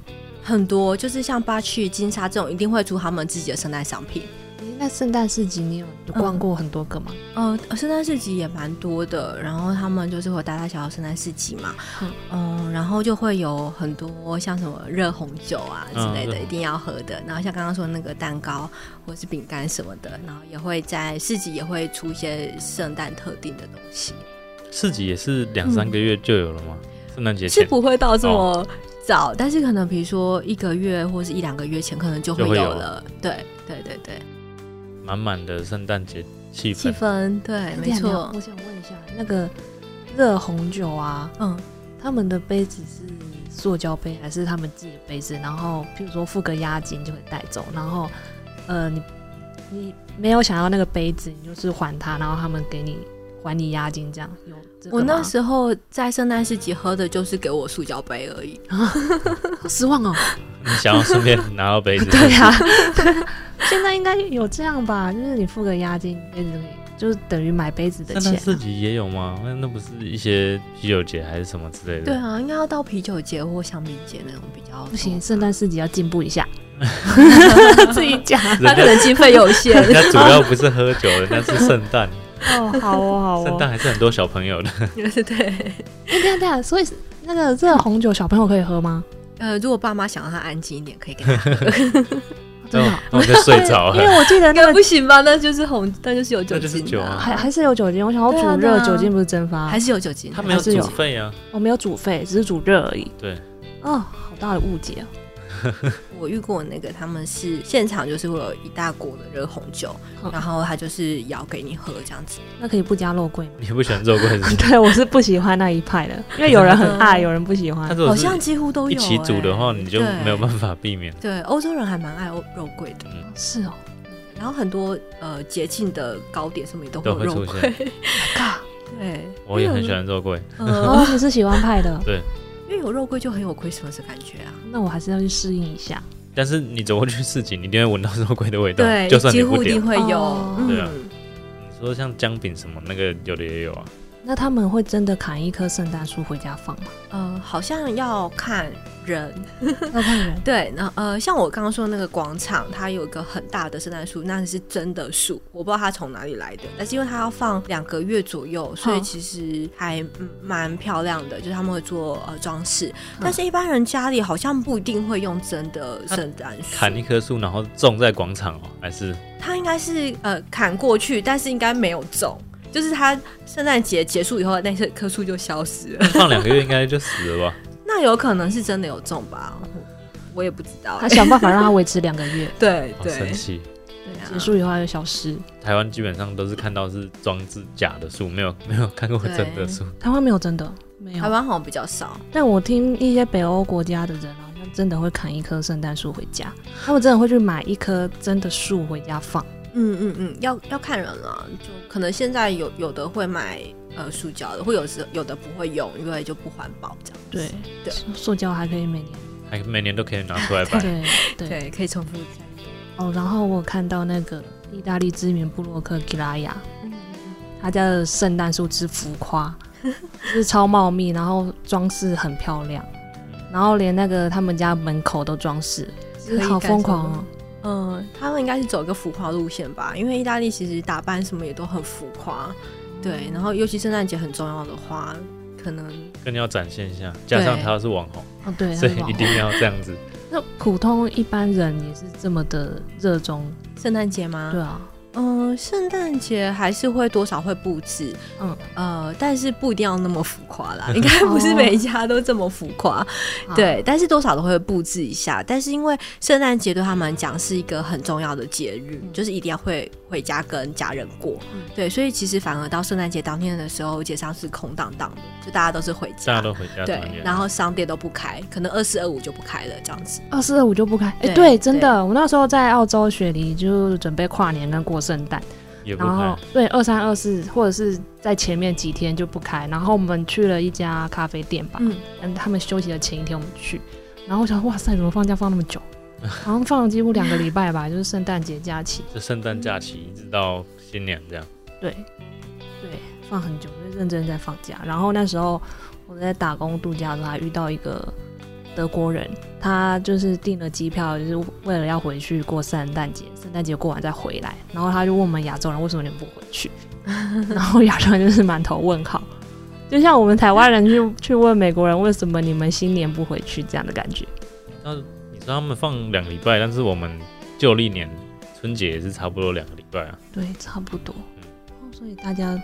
Speaker 1: 很多就是像巴趣、金沙这种，一定会出他们自己的圣诞商品。
Speaker 2: 诶那圣诞市集你有
Speaker 1: 嗯
Speaker 2: 逛过很多个吗？
Speaker 1: 呃，圣诞市集也蛮多的，然后他们就是会有大大小小圣诞市集嘛，
Speaker 2: 嗯
Speaker 1: 嗯然后就会有很多像什么热红酒啊之类的，
Speaker 3: 嗯
Speaker 1: 一定要喝的。然后像刚刚说那个蛋糕或是饼干什么的，然后也会在市集也会出一些圣诞特定的东西，
Speaker 3: 市集也是两三个月就有了吗？圣诞节
Speaker 1: 嗯是
Speaker 3: 前
Speaker 1: 不会到这么
Speaker 3: 哦
Speaker 1: 早，但是可能比如说一个月或是一两个月前，可能就会
Speaker 3: 就会有
Speaker 1: 了。对对对对，
Speaker 3: 满满的圣诞节气
Speaker 1: 气
Speaker 3: 氛，
Speaker 1: 氛对，没
Speaker 2: 等一下
Speaker 1: 错
Speaker 2: 哎我，想问一下，那个热红酒啊，
Speaker 1: 嗯。
Speaker 2: 他们的杯子是塑胶杯还是他们自己的杯子？然后呃譬如说付个押金就可以带走，然后呃你你没有想要那个杯子，你就是还他，然后他们给你还你押金这样。有这个
Speaker 1: 我那
Speaker 2: 吗
Speaker 1: 时候在圣诞市集喝的就是给我塑胶杯而已，
Speaker 2: 好失望 哦。
Speaker 3: 你想要顺便拿 到杯子，
Speaker 2: 对啊呀、现在应该有这样吧？就是你付个押金，杯子就可以，就是等于买杯子的
Speaker 3: 圣
Speaker 2: 钱
Speaker 3: 诞
Speaker 2: 啊、
Speaker 3: 市集也有吗？那那不是一些啤酒节还是什么之类的？
Speaker 1: 对啊，应该要到啤酒节或香槟节那种比较多
Speaker 2: 不行，，圣诞市集要进步一 下。自己讲
Speaker 1: 他
Speaker 3: 人
Speaker 1: 可
Speaker 3: 家
Speaker 1: 能经费有限。
Speaker 3: 人家主要不是喝酒，人家是 圣诞，
Speaker 2: 哦，好哦，好
Speaker 3: 圣诞还是很多小朋友的。
Speaker 1: 对，
Speaker 2: 哎、对啊对啊，所以那个热红酒小朋友可以喝吗？
Speaker 1: 呃，如果爸妈想让他安静一点，可以给 他，
Speaker 2: 真的
Speaker 3: 那我
Speaker 1: 啊
Speaker 2: 哦、
Speaker 3: 那我就睡着
Speaker 2: 因 为
Speaker 3: 了。
Speaker 2: 我记得
Speaker 1: 应
Speaker 2: 那
Speaker 1: 该
Speaker 2: 个
Speaker 1: 不行吧？那就是红，那就是有酒
Speaker 3: 那就是
Speaker 1: 精
Speaker 3: 酒
Speaker 1: 的、
Speaker 3: 啊
Speaker 2: 还还是有酒精，我想要
Speaker 1: 对啊
Speaker 2: 煮
Speaker 1: 对
Speaker 2: 热
Speaker 1: 啊
Speaker 2: 酒精不是蒸发，
Speaker 1: 还是有酒精
Speaker 3: 他
Speaker 1: 的。
Speaker 3: 没有
Speaker 2: 还是有
Speaker 3: 煮沸啊，
Speaker 2: 我没有煮沸，只是煮热而已。
Speaker 3: 对，
Speaker 2: 哦，好大的误解哦。
Speaker 1: 我遇过那个，他们是现场就是会有一大锅的热红酒，
Speaker 2: 嗯
Speaker 1: 然后他就是舀给你喝这样子。
Speaker 2: 那可以不加肉桂吗？
Speaker 3: 你不喜欢肉桂是不
Speaker 1: 啊
Speaker 3: 是？
Speaker 2: 对，我是不喜欢那一派的，因为有人很爱，有人不喜
Speaker 3: 他
Speaker 2: 欢。
Speaker 3: 如
Speaker 1: 好
Speaker 3: 果
Speaker 1: 像
Speaker 3: 是
Speaker 1: 几乎都
Speaker 3: 一
Speaker 1: 有、欸。
Speaker 3: 起煮的话，你就
Speaker 1: 对
Speaker 3: 没有办法避免。
Speaker 1: 对，欧洲人还蛮爱肉桂的，
Speaker 2: 是哦，
Speaker 1: 然后很多呃节庆的糕点什么也都会
Speaker 3: 都
Speaker 1: 有
Speaker 3: 会
Speaker 1: 肉
Speaker 3: 出
Speaker 1: 桂。
Speaker 3: 现，
Speaker 2: 嘎，
Speaker 1: 对，
Speaker 3: 我也很喜欢肉桂，
Speaker 1: 呃，
Speaker 2: 哦，你是喜欢派的，
Speaker 1: 因为有肉桂就很有 Christmas 的感觉啊。
Speaker 2: 那我还是要去适应一下。
Speaker 3: 但是你走过去市集，你一定会闻到肉桂的味道，
Speaker 1: 对，
Speaker 3: 啊就算你
Speaker 1: 几
Speaker 3: 不
Speaker 1: 乎一
Speaker 3: 点
Speaker 1: 定。会有。
Speaker 2: 哦
Speaker 1: 嗯，
Speaker 3: 对啊你说像姜饼什么那个有的也有啊，
Speaker 2: 那他们会真的砍一棵圣诞树回家放吗？
Speaker 1: 呃，好像要看人。
Speaker 2: 要看人。
Speaker 1: 对，那呃，像我刚刚说那个广场，它有一个很大的圣诞树，那是真的树，我不知道它从哪里来的，但是因为它要放两个月左右，所以
Speaker 2: 嗯
Speaker 1: 其实还嗯蛮漂亮的，就是他们会做呃装饰
Speaker 2: 嗯。
Speaker 1: 但是一般人家里好像不一定会用真的圣诞树，
Speaker 3: 砍一棵树然后种在广场哦，还是
Speaker 1: 它应该是呃砍过去，但是应该没有种。就是它圣诞节结束以后，那些棵树就消失了。
Speaker 3: 放两个月应该就死了吧？
Speaker 1: 那有可能是真的有中吧，我也不知道、
Speaker 2: 他想办法让它维持两个月，
Speaker 1: 对
Speaker 3: 好
Speaker 1: 对
Speaker 3: 神
Speaker 1: 对
Speaker 3: 奇。
Speaker 1: 啊，
Speaker 2: 结束以后它就消失。
Speaker 3: 台湾基本上都是看到是装置假的树，没有没有看过真的树。
Speaker 2: 台湾没有真的，没
Speaker 1: 台
Speaker 2: 有。
Speaker 1: 湾好像比较少，
Speaker 2: 但我听一些北欧国家的人啊，他真的会砍一棵圣诞树回家，他们真的会去买一棵真的树回家放。
Speaker 1: 嗯嗯嗯，要要看人了，就可能现在有有的会买呃塑胶的，或有时有的不会用，因为就不环保这样。
Speaker 2: 对，
Speaker 1: 对
Speaker 2: 塑塑胶还可以每年。
Speaker 3: 还每年都可以拿出来摆。
Speaker 2: 对对
Speaker 1: 对，可以重复再用。
Speaker 2: 哦，然后我有看到那个意大利知名布洛克吉拉雅，
Speaker 1: 嗯
Speaker 2: 他家的圣诞树之浮夸，就是超茂密，然后装饰很漂亮。然后连那个他们家门口都装饰，
Speaker 1: 可以
Speaker 2: 好
Speaker 1: 感
Speaker 2: 疯
Speaker 1: 受
Speaker 2: 狂
Speaker 1: 到
Speaker 2: 哦！
Speaker 1: 嗯，他们应该是走一个浮夸路线吧，因为意大利其实打扮什么也都很浮夸，对。然后尤其圣诞节很重要的话，可能
Speaker 3: 更要展现一下，加上他是网红，
Speaker 2: 哦，对，
Speaker 3: 所以
Speaker 2: 很好
Speaker 3: 一定要这样子。
Speaker 2: 那普通一般人也是这么的热衷，
Speaker 1: 圣诞节吗？
Speaker 2: 对啊，
Speaker 1: 嗯，圣诞节还是会多少会布置，
Speaker 2: 嗯哦
Speaker 1: 呃，但是不一定要那么浮夸 啦，应该不是每一家都这么浮夸，
Speaker 2: 啊
Speaker 1: 对，但是多少都会布置一下。但是因为圣诞节对他们来讲是一个很重要的节日，
Speaker 2: 嗯
Speaker 1: 就是一定要会回家跟家人过，
Speaker 2: 嗯
Speaker 1: 对，所以其实反而到圣诞节当天的时候，街上是空荡荡的，就大家都是回
Speaker 3: 大家
Speaker 1: 家。
Speaker 3: 都回 家
Speaker 1: 对
Speaker 3: 团，圆，
Speaker 1: 然后商店都不开，可能二四二五就不开了，这样子。
Speaker 2: 二四二五就不开。哎、
Speaker 1: 对
Speaker 2: 对，真的，我那时候在澳洲雪梨就准备跨年跟过圣诞，
Speaker 3: 也不
Speaker 2: 然后
Speaker 3: 开，
Speaker 2: 对二三二四或者是在前面几天就不开，然后我们去了一家咖啡店吧，
Speaker 1: 嗯，
Speaker 2: 嗯，他们休息的前一天我们去，然后我想哇塞，怎么放假放那么久？ 好像放了几乎两个礼拜吧，就是圣诞节假期，
Speaker 3: 就圣诞假期一直到新年这样。
Speaker 2: 对，对，放很久，就认真在放假。然后那时候我在打工度假的时候，还遇到一个德国人，他就是订了机票，就是为了要回去过圣诞节，圣诞节过完再回来。然后他就问我们亚洲人为什么你们不回去， 然后亚洲人就是满头问号，就像我们台湾人去去问美国人为什么你们新年不回去这样的感觉。
Speaker 3: 那你说他们放两个礼拜，但是我们旧历年春节也是差不多两个礼拜啊，
Speaker 2: 对，差不多。哦所以大家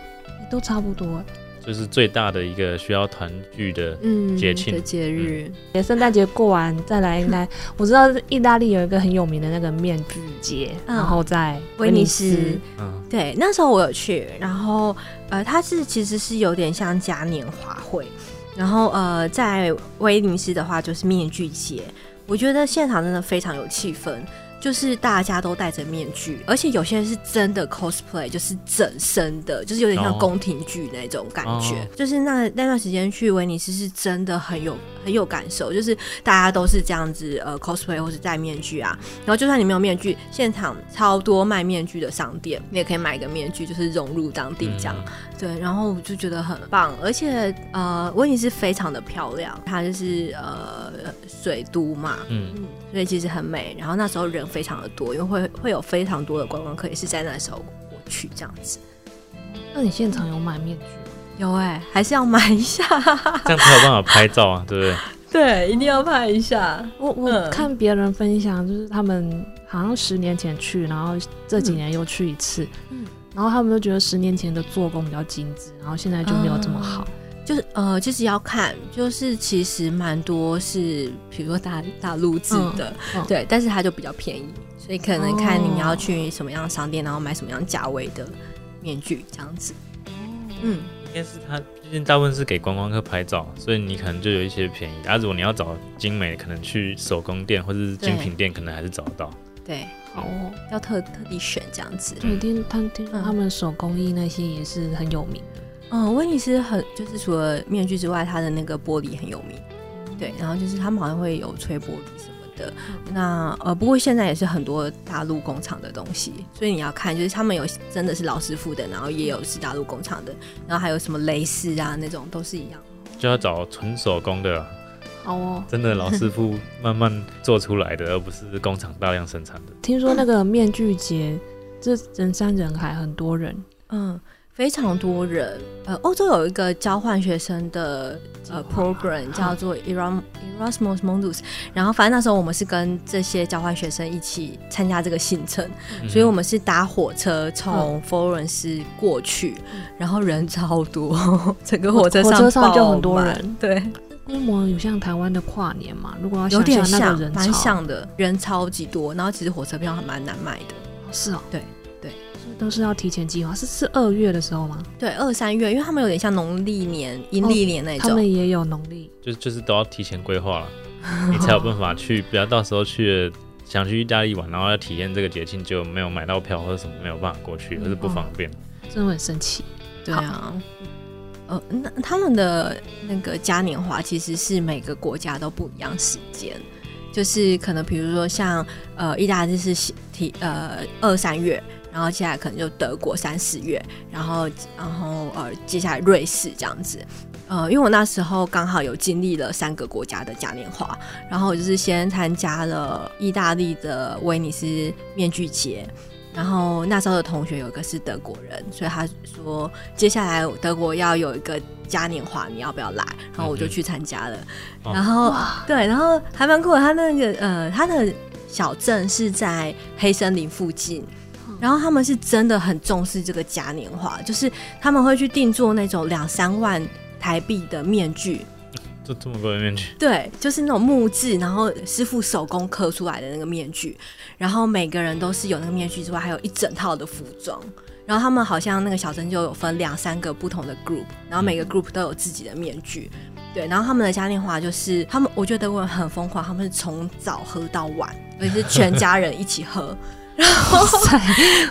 Speaker 2: 都差不多，
Speaker 3: 就是最大的一个需要团聚的。
Speaker 1: 嗯，
Speaker 3: 节庆嗯
Speaker 1: 的节日，
Speaker 2: 也圣诞节过完再来，应该我知道意大利有一个很有名的那个面具节，
Speaker 1: 嗯
Speaker 2: 然后在
Speaker 1: 威尼斯，
Speaker 3: 嗯，
Speaker 1: 对，那时候我有去，然后呃，它是其实是有点像嘉年华会，然后呃，在威尼斯的话就是面具节，我觉得现场真的非常有气氛，就是大家都戴着面具，而且有些人是真的 cosplay，就是整身的，就是有点像
Speaker 3: 哦
Speaker 1: 宫廷剧那种感觉。
Speaker 3: 哦
Speaker 1: 就是那那段时间去威尼斯是真的很有很有感受，就是大家都是这样子呃 cosplay 或是戴面具啊，然后就算你没有面具，现场超多卖面具的商店，你也可以买个面具，就是融入当地这样。对，然后我就觉得很棒，而且呃，威尼斯非常的漂亮，它就是呃水都嘛，
Speaker 3: 嗯，嗯，
Speaker 1: 嗯，所以其实很美。然后那时候人非常的多，因为会会有非常多的观光客也是在那时候过去这样子。
Speaker 2: 那你现场有买面具吗？
Speaker 1: 有哎、还是要买一下，
Speaker 3: 这样才有办法拍照啊，对不对？
Speaker 1: 对，一定要拍一下。
Speaker 2: 我我
Speaker 1: 嗯
Speaker 2: 看别人分享，就是他们好像十年前去，然后这几年又去一次，
Speaker 1: 嗯
Speaker 2: 然后他们就觉得十年前的做工比较精致，然后现在就没有这么好。
Speaker 1: 就是呃，其实要看，就是其实蛮多是，比如说大大陆制的，
Speaker 2: 嗯嗯
Speaker 1: 对，但是它就比较便宜，所以可能看你要去什么样的商店，然后买什么样价位的面具这样子。
Speaker 2: 哦
Speaker 1: 嗯，
Speaker 3: 应该是他，毕竟大部分是给观光客拍照，所以你可能就有一些便宜。啊，如果你要找精美，可能去手工店或者是精品店，可能还是找得到。
Speaker 1: 对，
Speaker 2: 好哦，
Speaker 1: 要特特地选这样子。
Speaker 2: 对，听他听说他们手工艺那些也是很有名的。
Speaker 1: 嗯，威尼斯很就是除了面具之外，它的那个玻璃很有名。
Speaker 2: 嗯
Speaker 1: 对，然后就是他们好像会有吹玻璃什么的。那呃，不过现在也是很多大陆工厂的东西，所以你要看，就是他们有真的是老师傅的，然后也有是大陆工厂的，然后还有什么蕾丝啊那种都是一样。
Speaker 3: 就要找纯手工的啦，
Speaker 2: 好哦，
Speaker 3: 真的老师傅慢慢做出来的，而不是工厂大量生产的。
Speaker 2: 听说那个面具节，这人山人海，很多 人。
Speaker 1: 嗯，非常多人。呃，欧洲有一个交换学生的呃
Speaker 2: 计划
Speaker 1: program
Speaker 2: 嗯
Speaker 1: 叫做 Eram- Erasmus Mundus，然后反正那时候我们是跟这些交换学生一起参加这个行程，所以我们是搭火车
Speaker 2: 嗯
Speaker 1: 从佛罗伦斯过去，然后人超多， 整个火车上
Speaker 2: 火车上就
Speaker 1: 爆
Speaker 2: 很多
Speaker 1: 满
Speaker 2: 人，
Speaker 1: 对，
Speaker 2: 规模有像台湾的跨年嘛？如果要
Speaker 1: 有
Speaker 2: 想
Speaker 1: 点
Speaker 2: 象
Speaker 1: 像
Speaker 2: 那个，人潮，
Speaker 1: 蛮像的，人超级多。然后其实火车票还蛮难买的，
Speaker 2: 是哦，
Speaker 1: 对对，
Speaker 2: 所以都是要提前计划。是是二月的时候吗？
Speaker 1: 对，二三月，因为他们有点像农历年、
Speaker 2: 哦
Speaker 1: 阴历年那
Speaker 2: 他
Speaker 1: 种，
Speaker 2: 们也有农历，
Speaker 3: 就就是都要提前规划了，你才有办法去，不要到时候去了呃想去意大利玩，然后要体验这个节庆就没有买到票或者什么没有办法过去，或是不方便。
Speaker 1: 嗯
Speaker 2: 真的很 生气。
Speaker 1: 对啊。呃，那他们的那个嘉年华其实是每个国家都不一样时间，就是可能比如说像呃意大利是西提呃二三月，然后接下来可能就德国三四月，然后然后呃接下来瑞士这样子。呃，因为我那时候刚好有经历了三个国家的嘉年华，然后我就是先参加了意大利的威尼斯面具节，然后那时候的同学有一个是德国人，所以他说接下来德国要有一个嘉年华，你要不要来？然后我就去参加了，
Speaker 3: 哦
Speaker 1: 然后、对，然后还蛮酷的，他那个呃，他的小镇是在黑森林附近。然后他们是真的很重视这个嘉年华，就是他们会去定做那种两三万台币的面具，
Speaker 3: 这这么贵的面具，
Speaker 1: 对，就是那种木质，然后师傅手工刻出来的那个面具，然后每个人都是有那个面具之外，还有一整套的服装。然后他们好像那个小镇就有分两三个不同的 group，然后每个 group 都有自己的面具，对。然后他们的嘉年华就是他们，我觉得德国人很疯狂，他们是从早喝到晚，而且是全家人一起喝。
Speaker 2: 哇塞，哇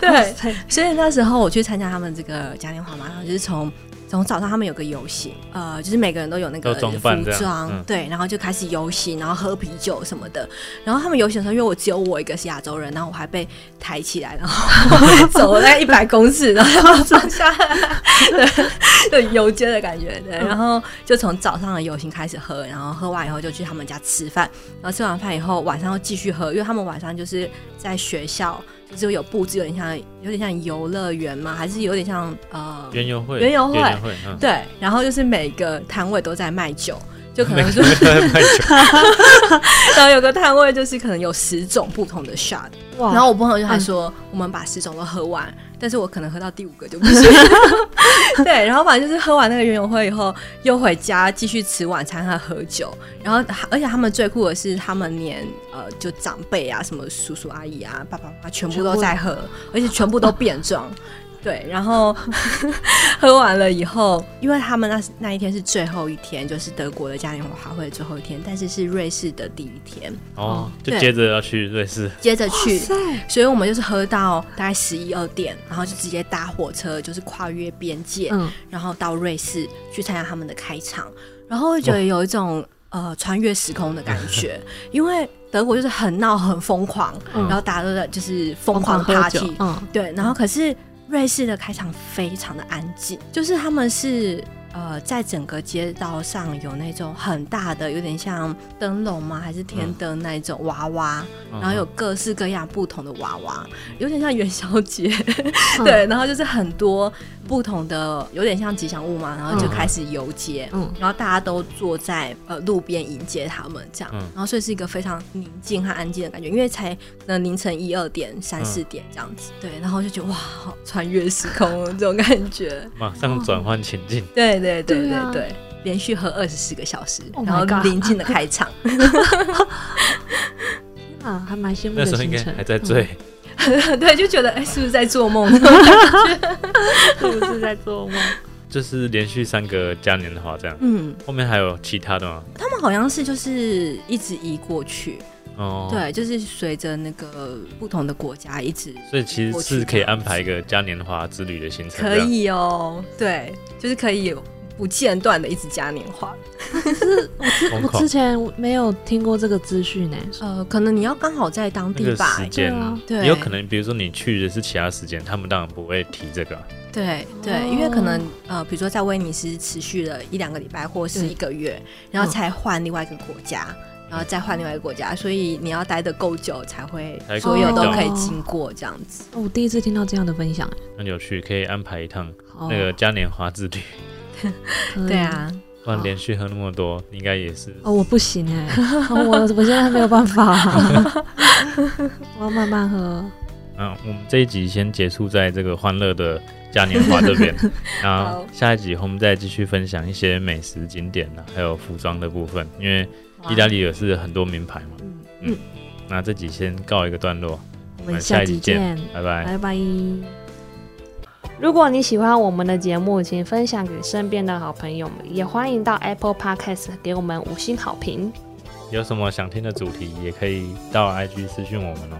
Speaker 1: 对，
Speaker 2: 塞
Speaker 1: 所以那时候我去参加他们这个嘉年华嘛，然后就是从从早上他们有个游行，呃，就是每个人都有那个
Speaker 3: 都装
Speaker 1: 服
Speaker 3: 扮
Speaker 1: 装，
Speaker 3: 这样嗯
Speaker 1: 对，然后就开始游行，然后喝啤酒什么的。然后他们游行的时候，因为我只有我一个是亚洲人，然后我还被抬起来，然后 走了大概一百公尺，然后 坐下来，对， 有游街的感觉，对。然后就从早上的游行开始喝，然后喝完以后就去他们家吃饭，然后吃完饭以后晚上又继续喝，因为他们晚上就是在学校。就是有布置，有点像，有点像游乐园嘛，还是有点像呃，
Speaker 3: 园游会，
Speaker 1: 园游会
Speaker 3: 园游会，嗯，
Speaker 1: 对，然后就是每个摊位都在卖酒，就可
Speaker 3: 每
Speaker 1: 能 说，
Speaker 3: 个人都在卖酒，
Speaker 1: 然后有个摊位就是可能有十种不同的 shot，
Speaker 2: 哇，
Speaker 1: 然后我朋友就还说，我们把十种都喝完，但是我可能喝到第五个就不 行。对，然后反正就是喝完那个园游会以后，又回家继续吃晚餐和喝酒，然后而且他们最酷的是，他们连呃就长辈啊，什么叔叔阿姨啊、爸爸妈妈全部都在喝，而且全部都变 装。对，然后喝完了以后，因为他们那那一天是最后一天，就是德国的嘉年华会的最后一天，但是是瑞士的第一天，
Speaker 3: 哦，就
Speaker 1: 对
Speaker 3: 接着要去瑞士，
Speaker 1: 接着去
Speaker 2: 哇塞
Speaker 1: 所以我们就是喝到大概十一二点，然后就直接搭火车，就是跨越边界，
Speaker 2: 嗯，
Speaker 1: 然后到瑞士去参加他们的开场，然后会觉得有一种呃穿越时空的感 觉，因为德国就是很闹很疯狂，
Speaker 2: 嗯
Speaker 1: 然后大家都在就是疯狂
Speaker 2: 狂
Speaker 1: 的
Speaker 2: 喝酒
Speaker 1: party，，
Speaker 2: 嗯，
Speaker 1: 对，然后可是瑞士的开场非常的安静，就是他们是呃在整个街道上有那种很大的，有点像灯笼吗？还是天灯那一种娃娃，
Speaker 3: 嗯
Speaker 1: 然后有各式各样不同的娃娃，有点像元宵节，
Speaker 2: 嗯
Speaker 1: 对，然后就是很多不同的，有点像吉祥物嘛，然后就开始游街，
Speaker 2: 嗯
Speaker 1: 然后大家都坐在呃路边迎接他们这样，
Speaker 3: 嗯
Speaker 1: 然后所以是一个非常宁静和安静的感觉，因为才那凌晨一二点、三四点这样子，对，然后就觉得哇，好穿越时空哦这种感觉，
Speaker 3: 马上转换情境，
Speaker 1: 对对对
Speaker 2: 对
Speaker 1: 对
Speaker 2: 啊
Speaker 1: 对。连续喝二十四个小时
Speaker 2: Oh my
Speaker 1: 然后
Speaker 2: God
Speaker 1: 临近的开 场，
Speaker 2: 啊，还蛮羡慕
Speaker 3: 那
Speaker 2: 的
Speaker 3: 时候应
Speaker 2: 行
Speaker 3: 该
Speaker 2: 程，
Speaker 3: 还在醉，
Speaker 1: 嗯对，就觉得哎、是不是在做 梦？
Speaker 2: 是不是在做梦？
Speaker 3: 就是连续三个嘉年华这样，
Speaker 1: 嗯，
Speaker 3: 后面还有其他的吗？
Speaker 1: 他们好像是就是一直移过去，
Speaker 3: 哦，，
Speaker 1: 对，就是随着那个不同的国家一直
Speaker 3: 所以其实是可以安排一个嘉年华之旅的行程，
Speaker 1: 可，以哦，对，就是可以不间断的一直嘉年华。
Speaker 3: 疯
Speaker 2: 我
Speaker 3: 狂
Speaker 2: 之前没有听过这个资讯欸呢，
Speaker 1: 呃，可能你要刚好在当
Speaker 3: 那
Speaker 1: 地
Speaker 3: 个
Speaker 1: 吧
Speaker 3: 时，间
Speaker 2: 对啊，
Speaker 1: 对
Speaker 3: 也有可能，比如说你去的是其他时间，他们当然不会提这个啊，
Speaker 1: 对
Speaker 2: 哦
Speaker 1: 对，因为可能呃，比如说在威尼斯持续了一两个礼拜或是
Speaker 2: 对
Speaker 1: 一个月，然后
Speaker 2: 嗯
Speaker 1: 才换另外一个国家。然后再换另外一个国家，所以你要待得够久才会
Speaker 3: 才
Speaker 1: 所有
Speaker 2: 够
Speaker 1: 都
Speaker 2: 到
Speaker 1: 可以经过这样子。
Speaker 2: 哦我第一次听到这样的分享，欸
Speaker 3: 很有趣，可以安排一趟
Speaker 1: 哦
Speaker 2: 好
Speaker 3: 那个嘉年华之旅。
Speaker 2: 可以
Speaker 1: 对啊，
Speaker 3: 不然连续喝那么多，应该也是
Speaker 2: 哦，我不行哎、哦我我现在没有 办法、我要慢慢喝。
Speaker 3: 嗯，我们这一集先结束在这个欢乐的嘉年华这边，然后下一集我们再继续分享一些美食景点啊，还有服装的部分，因为
Speaker 1: 啊
Speaker 3: 意大利也是很多名牌嘛。
Speaker 2: 嗯，
Speaker 3: 那这集先告一个段落，
Speaker 2: 我们下
Speaker 3: 集
Speaker 2: 集见，
Speaker 3: 拜拜。
Speaker 2: 拜拜。
Speaker 4: 如果你喜欢我们的节目，请分享给身边的好朋友们，也欢迎到 Apple Podcast 给我们五星好评。
Speaker 3: 有什么想听的主题，也可以到 IG 私讯我们哦。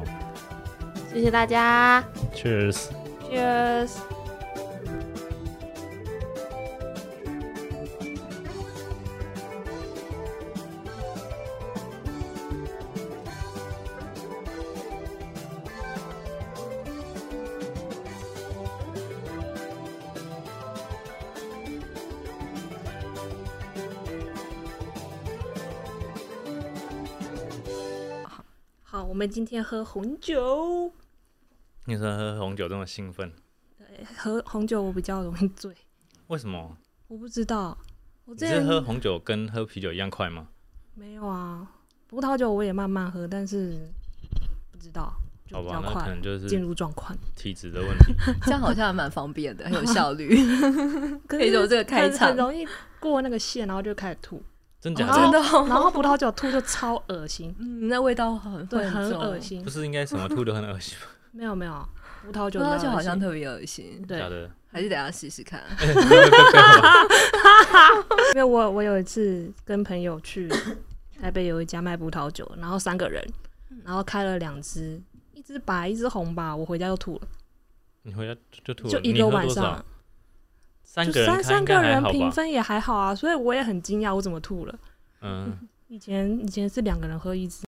Speaker 4: 谢谢大家
Speaker 3: Cheers。
Speaker 4: ，Cheers。好，我们今天喝红酒，
Speaker 3: 你说喝红酒这么兴奋，
Speaker 4: 喝红酒我比较容易醉，
Speaker 3: 为什么？
Speaker 4: 我不知道，我
Speaker 3: 你
Speaker 4: 之
Speaker 3: 是
Speaker 4: 前
Speaker 3: 喝红酒跟喝啤酒一样快吗？
Speaker 4: 没有啊，葡萄酒我也慢慢喝，但是不知道就
Speaker 3: 好
Speaker 4: 比
Speaker 3: 吧
Speaker 4: 较，
Speaker 3: 那可
Speaker 4: 快
Speaker 3: 能就是
Speaker 4: 进入状况。
Speaker 3: 体质的问题。
Speaker 1: 这样好像还蛮方便的，很有效率。
Speaker 4: 可
Speaker 1: 可以有这个开
Speaker 4: 很
Speaker 1: 场
Speaker 4: 很容易过那个线，然后就开始 吐，
Speaker 3: 真假
Speaker 4: 哦
Speaker 1: 真的，
Speaker 3: 的？
Speaker 4: 然后葡萄酒吐就超恶心
Speaker 1: 嗯，那味道很
Speaker 4: 对，
Speaker 1: 会
Speaker 4: 很
Speaker 1: 重
Speaker 4: 恶，心
Speaker 3: 不。是应该什么吐都很恶心吗？
Speaker 4: 没有没有，葡萄酒
Speaker 1: 葡萄
Speaker 4: 比
Speaker 1: 酒
Speaker 4: 较
Speaker 1: 好
Speaker 4: 恶
Speaker 1: 像
Speaker 4: 心
Speaker 1: 特别恶心，
Speaker 4: 对
Speaker 3: 假的？
Speaker 1: 还是等一下试试看。
Speaker 4: 因为我我有一次跟朋友去台北有一家卖葡萄酒，然后三个人，然后开了两支，一支白一支红吧，我回家就吐了，
Speaker 3: 你回家就吐
Speaker 4: 就
Speaker 3: 了？
Speaker 4: 一
Speaker 3: 你
Speaker 4: 个
Speaker 3: 喝
Speaker 4: 晚
Speaker 3: 多
Speaker 4: 上
Speaker 3: 少？，三
Speaker 4: 就
Speaker 3: 个人
Speaker 4: 三
Speaker 3: 开
Speaker 4: 三
Speaker 3: 应
Speaker 4: 个
Speaker 3: 该还
Speaker 4: 人
Speaker 3: 好
Speaker 4: 平
Speaker 3: 吧？
Speaker 4: 分也还好啊，所以我也很惊讶我怎么吐了。
Speaker 3: 嗯。
Speaker 4: 以前以前是两个人喝一支。